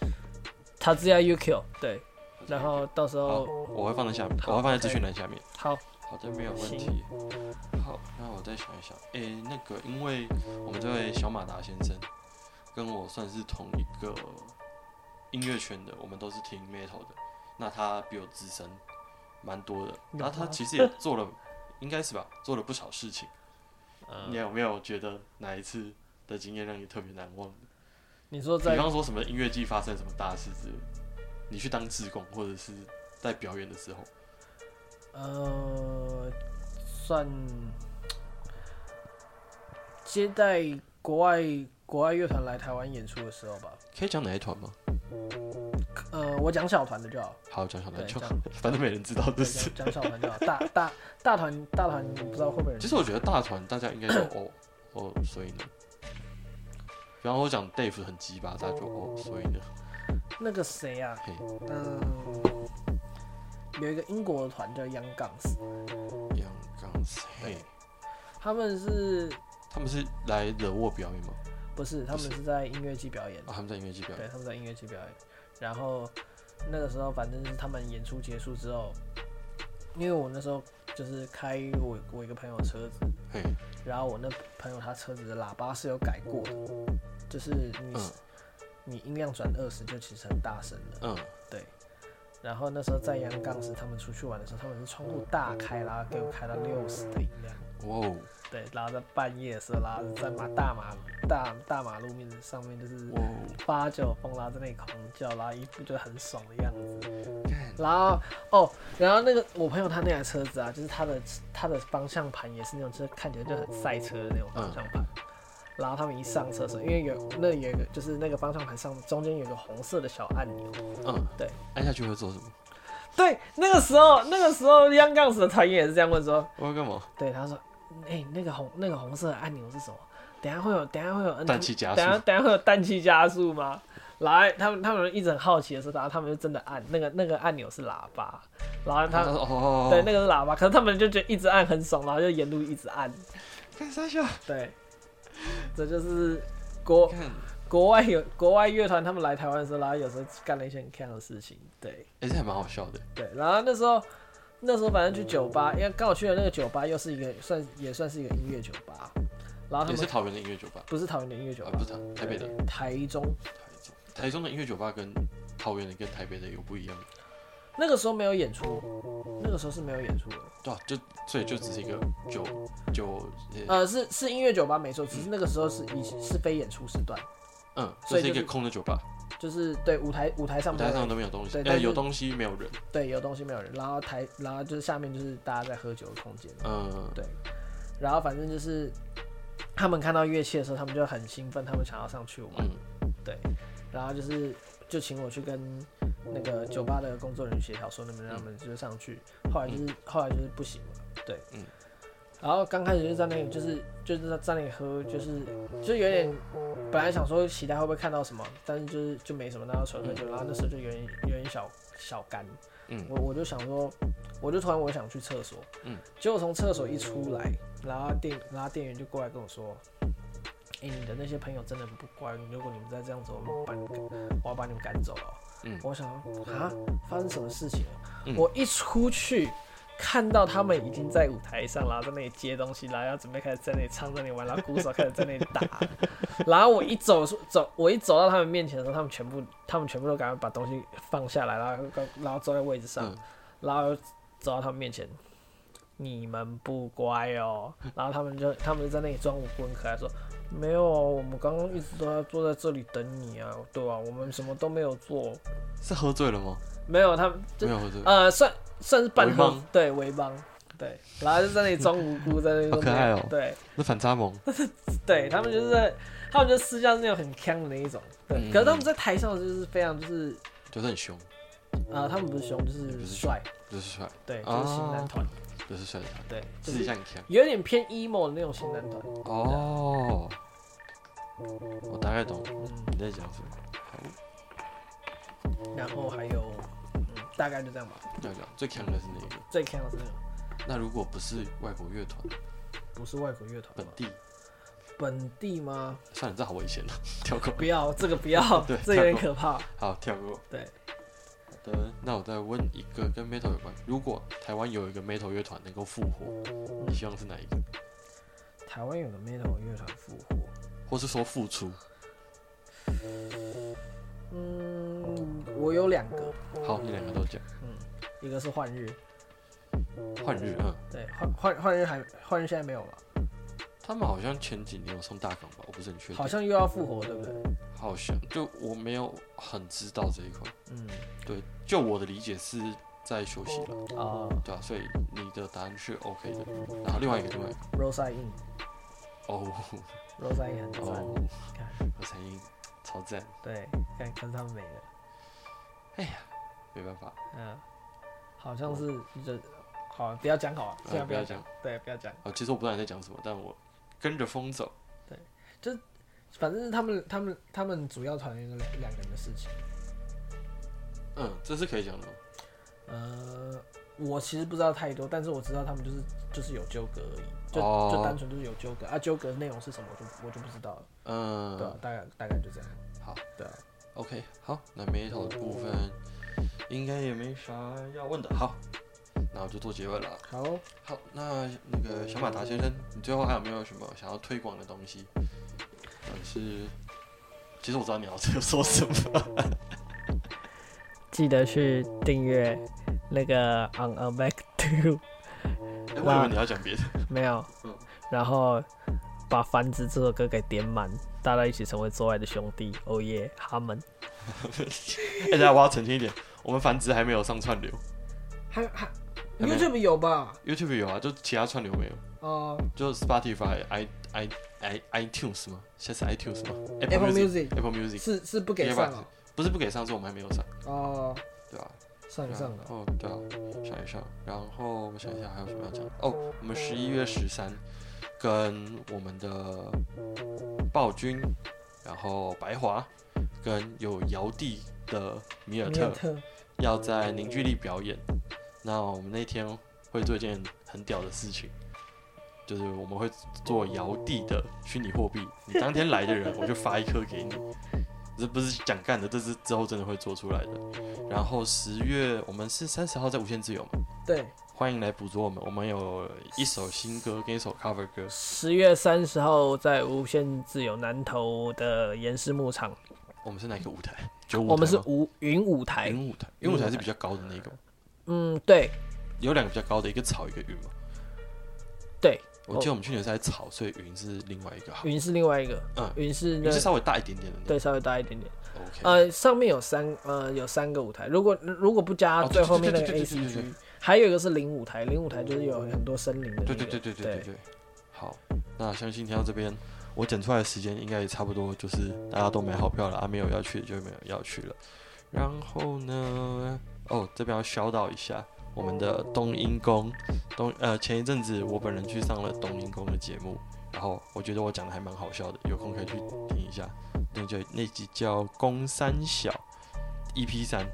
Speaker 2: 塔兹亚 UQ 对，然后到时
Speaker 1: 好
Speaker 2: 候
Speaker 1: 我会放在下面，
Speaker 2: 哦好
Speaker 1: 我会放在资讯栏下面。
Speaker 2: 好
Speaker 1: 好的，没有问题。好，那我再想一想。诶、那个，因为我们这位小马达先生跟我算是同一个音乐圈的，我们都是听 metal 的。那他比我资深蛮多的，
Speaker 2: 有
Speaker 1: 那他
Speaker 2: 吗
Speaker 1: 其实也做了， 应该是吧，做了不少事情。你
Speaker 2: 嗯，
Speaker 1: 有没有觉得哪一次的经验让你特别难忘？
Speaker 2: 你说
Speaker 1: 比
Speaker 2: 在
Speaker 1: 方说什么音乐季发生什么大事之类的，你去当志工或者是在表演的时候，
Speaker 2: 呃算接待国外国外乐团来台湾演出的时候吧，
Speaker 1: 可以讲哪一团吗？
Speaker 2: 呃，我讲小团的就好，
Speaker 1: 好，讲小团
Speaker 2: 对
Speaker 1: 就
Speaker 2: 这
Speaker 1: 好
Speaker 2: 样，
Speaker 1: 反正没人知道这
Speaker 2: 对
Speaker 1: 是。
Speaker 2: 讲讲小团就好，大大大团大团不知道会不会有人
Speaker 1: 其实我觉得大团大家应该就哦哦，所以呢，比方说讲 Dave 很鸡巴，大家就哦，所以呢，
Speaker 2: 那个谁啊，
Speaker 1: 嘿，
Speaker 2: 嗯，有一个英国的团叫 Young Guns，
Speaker 1: 杨刚子，嘿，
Speaker 2: 他们是
Speaker 1: 他们是来惹我表演吗？
Speaker 2: 不是他们是在音乐季表演
Speaker 1: 啊，？他们在音乐季表
Speaker 2: 对，
Speaker 1: 演，
Speaker 2: 他们在音乐季表演。然后那个时候，反正是他们演出结束之后，因为我那时候就是开我我一个朋友的车子，
Speaker 1: 嘿，
Speaker 2: 然后我那朋友他车子的喇叭是有改过的，就是你、
Speaker 1: 嗯
Speaker 2: 你音量转二十就其实很大声了。
Speaker 1: 嗯，
Speaker 2: 对。然后那时候在阳港时，他们出去玩的时候，他们是窗户大开，然后给我开到六十的音量，
Speaker 1: 哇哦，
Speaker 2: 对，然后在半夜的时候，然后在马大马大大马路面上面就是
Speaker 1: 哇哦，
Speaker 2: 八九风拉在那里狂叫，然后一副就很爽的样子。
Speaker 1: 干
Speaker 2: 然后哦，然后那个我朋友他那台车子啊，就是他的他的方向盘也是那种，就是看起来就很赛车的那种方向盘。然后他们一上车的时候，因为有那有一个就是那个方向盘上中间有一个红色的小按钮，
Speaker 1: 嗯，
Speaker 2: 对，
Speaker 1: 按下去会做什么？
Speaker 2: 对，那个时候那个时候央杠子的团员也是这样问说，
Speaker 1: 我要干嘛？
Speaker 2: 对，他说，哎、那个红那个红色的按钮是什么？等一下会有等一下会有 N
Speaker 1: 氮气加速
Speaker 2: 嗯等一下等一下会有氮气加速吗？来，他们他们一直很好奇的时候，然后他们就真的按那个那个按钮是喇叭，然后他、
Speaker 1: 哦哦哦，哦
Speaker 2: 对那个是喇叭，可是他们就觉得一直按很爽，然后就沿路一直按，
Speaker 1: 干啥笑？
Speaker 2: 对，这就是国
Speaker 1: 看，
Speaker 2: 国外有国外乐团他们来台湾的时候，然后有时候干了一些很看的事情，对。
Speaker 1: 哎、这还蛮好笑的。
Speaker 2: 对，然后那时候那时候反正去酒吧，因为刚好去的那个酒吧又是一个算也算是一个音乐酒吧，然啊后他
Speaker 1: 也是
Speaker 2: 们
Speaker 1: 桃园的音乐酒吧，
Speaker 2: 不是桃园的音乐酒
Speaker 1: 啊，
Speaker 2: 吧
Speaker 1: 不，是桃台北的，
Speaker 2: 台中
Speaker 1: 台中，台中的音乐酒吧跟桃园的跟台北的有不一样的，
Speaker 2: 那个时候没有演出，那个时候是没有演出的，
Speaker 1: 对啊，就所以就只是一个酒酒，呃
Speaker 2: 呃，是是音乐酒吧没错，只是那个时候是以是非演出时段，
Speaker 1: 嗯，
Speaker 2: 所
Speaker 1: 这
Speaker 2: 以
Speaker 1: 是一
Speaker 2: 就
Speaker 1: 个
Speaker 2: 是
Speaker 1: 空的酒吧，
Speaker 2: 就是对舞台舞台上
Speaker 1: 舞台
Speaker 2: 没有
Speaker 1: 上
Speaker 2: 人
Speaker 1: 都没有东西
Speaker 2: 对，但
Speaker 1: 呃，
Speaker 2: 是
Speaker 1: 有东西没有人，
Speaker 2: 对有东西没有人，然后台然后就是下面就是大家在喝酒的空间，
Speaker 1: 嗯，
Speaker 2: 对，然后反正就是他们看到乐器的时候，他们就很兴奋，他们想要上去玩。
Speaker 1: 嗯，
Speaker 2: 然后就是就请我去跟那个酒吧的工作人员协调，说能不能让他们就是上去。后来就是后来就是不行了，对，
Speaker 1: 嗯。
Speaker 2: 然后刚开始就在那里，就是就是在在那里喝，就是就有点，本来想说期待会不会看到什么，但是就是就没什么，那就纯喝酒。然后那时候就有点有点小小干，
Speaker 1: 嗯
Speaker 2: 我我就想说，我就突然我想去厕所，
Speaker 1: 嗯，
Speaker 2: 结果从厕所一出来，然后店然后店员就过来跟我说，哎、你的那些朋友真的很不乖，如果你们再这样子，我们把你赶，我要把你们赶走了哦。
Speaker 1: 嗯
Speaker 2: 我想说啊，发生什么事情了？
Speaker 1: 嗯
Speaker 2: 我一出去。看到他们已经在舞台上，然后在那里接东西，然后要准备开始在那里唱，在那里玩，然后鼓手开始在 那里打，然后我一走出走，我一走到他们面前的时候，他们全部他们全部都赶快把东西放下来，然后然后坐在位置上，
Speaker 1: 嗯
Speaker 2: 然后走到他们面前，你们不乖哦。然后他们就他们就在那里装无辜，很可爱说没有啊，我们刚刚一直都在坐在这里等你啊，对吧、我们什么都没有做，
Speaker 1: 是喝醉了吗？
Speaker 2: 没有他们
Speaker 1: 没
Speaker 2: 就
Speaker 1: 有喝醉，
Speaker 2: 呃算算是半
Speaker 1: 维
Speaker 2: 喝
Speaker 1: 邦，
Speaker 2: 对维邦，对，然后就在那里装无辜，在那里
Speaker 1: 好
Speaker 2: 说
Speaker 1: 可
Speaker 2: 没
Speaker 1: 爱
Speaker 2: 有
Speaker 1: 哦
Speaker 2: 对
Speaker 1: 那反差萌，
Speaker 2: 对，他们就是在他们就私下是那种很呛的那一种，对，
Speaker 1: 嗯
Speaker 2: 可是他们在台上就是非常就是
Speaker 1: 就是很凶，
Speaker 2: 呃他们不是凶
Speaker 1: 也
Speaker 2: 就
Speaker 1: 不
Speaker 2: 是
Speaker 1: 是
Speaker 2: 帅，
Speaker 1: 就是帅，
Speaker 2: 对，就是型男
Speaker 1: 哦
Speaker 2: 团，
Speaker 1: 就是帅的他，
Speaker 2: 对，就
Speaker 1: 自己
Speaker 2: 是
Speaker 1: 像你看。
Speaker 2: 有点偏 emo 的那种型男团，
Speaker 1: 哦，我大概懂
Speaker 2: 嗯，
Speaker 1: 你在讲什么，
Speaker 2: 然后还有嗯大概就这样吧，
Speaker 1: 要讲最强的是哪一个？
Speaker 2: 最呛的是那种
Speaker 1: 那如果不是外国乐团，
Speaker 2: 不是外国乐团
Speaker 1: 本
Speaker 2: 吗？
Speaker 1: 地，
Speaker 2: 本地吗？
Speaker 1: 算了，这好危险啊， 跳过，
Speaker 2: 不要，这个不要
Speaker 1: 对，
Speaker 2: 这有点可怕。
Speaker 1: 好，跳过。
Speaker 2: 对，
Speaker 1: 好的，那我再问一个跟 metal 有关，如果台湾有一个 metal 乐团能够复活，你希望是哪一个？
Speaker 2: 台湾有个 metal 乐团复活，
Speaker 1: 或是说复出？
Speaker 2: 嗯，我有两个，
Speaker 1: 好，你两个都讲。
Speaker 2: 一个是幻日，
Speaker 1: 换日，嗯，
Speaker 2: 对，幻幻幻日还幻日现在没有了，
Speaker 1: 他们好像前几年有上大港吧，我不是很确定，
Speaker 2: 好像又要复活，对不对？
Speaker 1: 好像就我没有很知道这一块。
Speaker 2: 嗯，
Speaker 1: 对，就我的理解是在休息了，
Speaker 2: 啊、
Speaker 1: 对啊，所以你的答案是 OK 的。然啊后另外一个，另外一个，
Speaker 2: r o s a i n
Speaker 1: 哦
Speaker 2: r o s a i n 很赞，
Speaker 1: 哦，
Speaker 2: 看
Speaker 1: 何才英超赞，
Speaker 2: 对，看看他们没了，
Speaker 1: 没办法，
Speaker 2: 嗯，好像是就好，不要讲好了，啊
Speaker 1: 呃
Speaker 2: 现在
Speaker 1: 不要
Speaker 2: 讲，
Speaker 1: 讲。
Speaker 2: 对，不要讲，
Speaker 1: 哦，其实我不知道你在讲什么，但我跟着风走。
Speaker 2: 反正他们他们他们主要团员是两两个人的事情。
Speaker 1: 嗯，这是可以讲的吗？
Speaker 2: 呃，我其实不知道太多，但是我知道他们就是就是有纠葛而已，就、
Speaker 1: 哦
Speaker 2: 就单纯就是有纠葛啊，纠葛的内容是什么，我就我就不知道了，
Speaker 1: 嗯，
Speaker 2: 对、啊，大概大概就这样。
Speaker 1: 好，
Speaker 2: 对啊，
Speaker 1: OK，好，那 metal 的部分应该也没啥要问的。好，那我就做结尾了。
Speaker 2: 好，
Speaker 1: 好，那那个小马达先生，你最后还有没有什么想要推广的东西？但是，其实我知道你要 说什么。
Speaker 2: 记得去订阅那个 On a Back to
Speaker 1: 哎我以为你要讲别的。
Speaker 2: 没有
Speaker 1: 嗯，
Speaker 2: 然后把《繁殖》这首歌给点满，大家一起成为做爱的兄弟，哦耶，他们
Speaker 1: 哎、大家我要澄清一点，我们繁殖还没有上串流
Speaker 2: 还还
Speaker 1: 还没有
Speaker 2: YouTube 有吧？
Speaker 1: ，YouTube 有啊，就其他串流没有，
Speaker 2: 哦、
Speaker 1: 就 Spotify、i i i iTunes 吗？现在是 iTunes 吗
Speaker 2: Apple Music
Speaker 1: Apple Music
Speaker 2: 是是不给上哦了
Speaker 1: 不是不给上，是我们还没有上，
Speaker 2: 哦，
Speaker 1: 对吧、
Speaker 2: 上
Speaker 1: 然
Speaker 2: 上了，
Speaker 1: 后对啊，想一想，然后我想一下还有什么要讲哦。我们十一月十三跟我们的暴君，然后白华跟有姚弟的米尔
Speaker 2: 米
Speaker 1: 特
Speaker 2: 尔特，
Speaker 1: 要在凝聚力表演。那我们那天会做一件很屌的事情，就是我们会做姚弟的虚拟货币。你当天来的人，我就发一颗给你。这不是讲干的，这是之后真的会做出来的。然后十月我们是三十号在无限自由嘛，
Speaker 2: 对。
Speaker 1: 欢迎来捕捉我们。我们有一首新歌跟一首 cover 歌，
Speaker 2: 十月三十号在无限自由南头的岩石牧场，
Speaker 1: 我们是哪一个舞台？九五台吗
Speaker 2: 我们是无云舞台。
Speaker 1: 云舞台，云舞台是比较高的那个，
Speaker 2: 嗯，对
Speaker 1: 有两个比较高的，一个草一个云嘛。
Speaker 2: 对，
Speaker 1: 我记得我们去年是在草，所以云是另外一个好，
Speaker 2: 云是另外一个，
Speaker 1: 嗯
Speaker 2: 云是
Speaker 1: 云
Speaker 2: 那
Speaker 1: 是稍微大一点点的那个。
Speaker 2: 对稍微大一点点。
Speaker 1: OK，
Speaker 2: 呃，上面有三呃有三个舞台，如果如果不加
Speaker 1: 哦
Speaker 2: 最后面那
Speaker 1: 对
Speaker 2: 个
Speaker 1: 对
Speaker 2: A
Speaker 1: 对
Speaker 2: C
Speaker 1: 对对
Speaker 2: G，还有一个是零舞台，零舞台就是有很多森林的那
Speaker 1: 对
Speaker 2: 个。
Speaker 1: 对对对对对
Speaker 2: 对
Speaker 1: 对。好，那相信听到这边，我剪出来的时间应该也差不多，就是大家都买好票了，啊，没有要去的就没有要去了。然后呢，哦，这边要消到一下我们的冬阴功，冬呃前一阵子我本人去上了冬阴功的节目，然后我觉得我讲的还蛮好笑的，有空可以去听一下。那就那集叫《公三小》EP 三。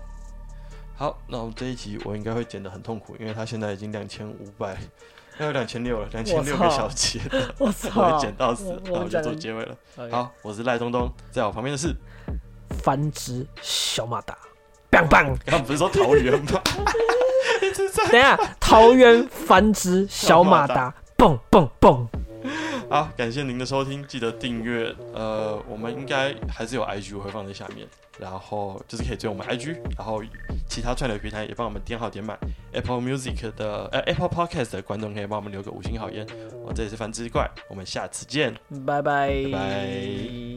Speaker 1: 好，那我们这一集我应该会剪得很痛苦，因为它现在已经两千五百，要有两千六了，两千六
Speaker 2: 我
Speaker 1: 个
Speaker 2: 操
Speaker 1: 小节，
Speaker 2: 我
Speaker 1: 我
Speaker 2: 操！
Speaker 1: 会剪到死。那
Speaker 2: 我
Speaker 1: 我就做
Speaker 2: 讲
Speaker 1: 结尾了。
Speaker 2: OK
Speaker 1: 好，我是赖东东，在我旁边的是，
Speaker 2: 繁殖小马达，bang bang。
Speaker 1: 刚刚不是说桃园吗？一直在
Speaker 2: 等一下，桃园繁殖小马达，蹦蹦蹦。
Speaker 1: 好，感谢您的收听，记得订阅。呃，我们应该还是有 IG 我会放在下面，然后就是可以追我们 IG，然后其他串流平台也帮我们点好点满。Apple Music 的呃 Apple Podcast 的观众可以帮哦我们留个五星好言。我这里是繁殖怪，我们下次见。
Speaker 2: 拜拜
Speaker 1: 拜拜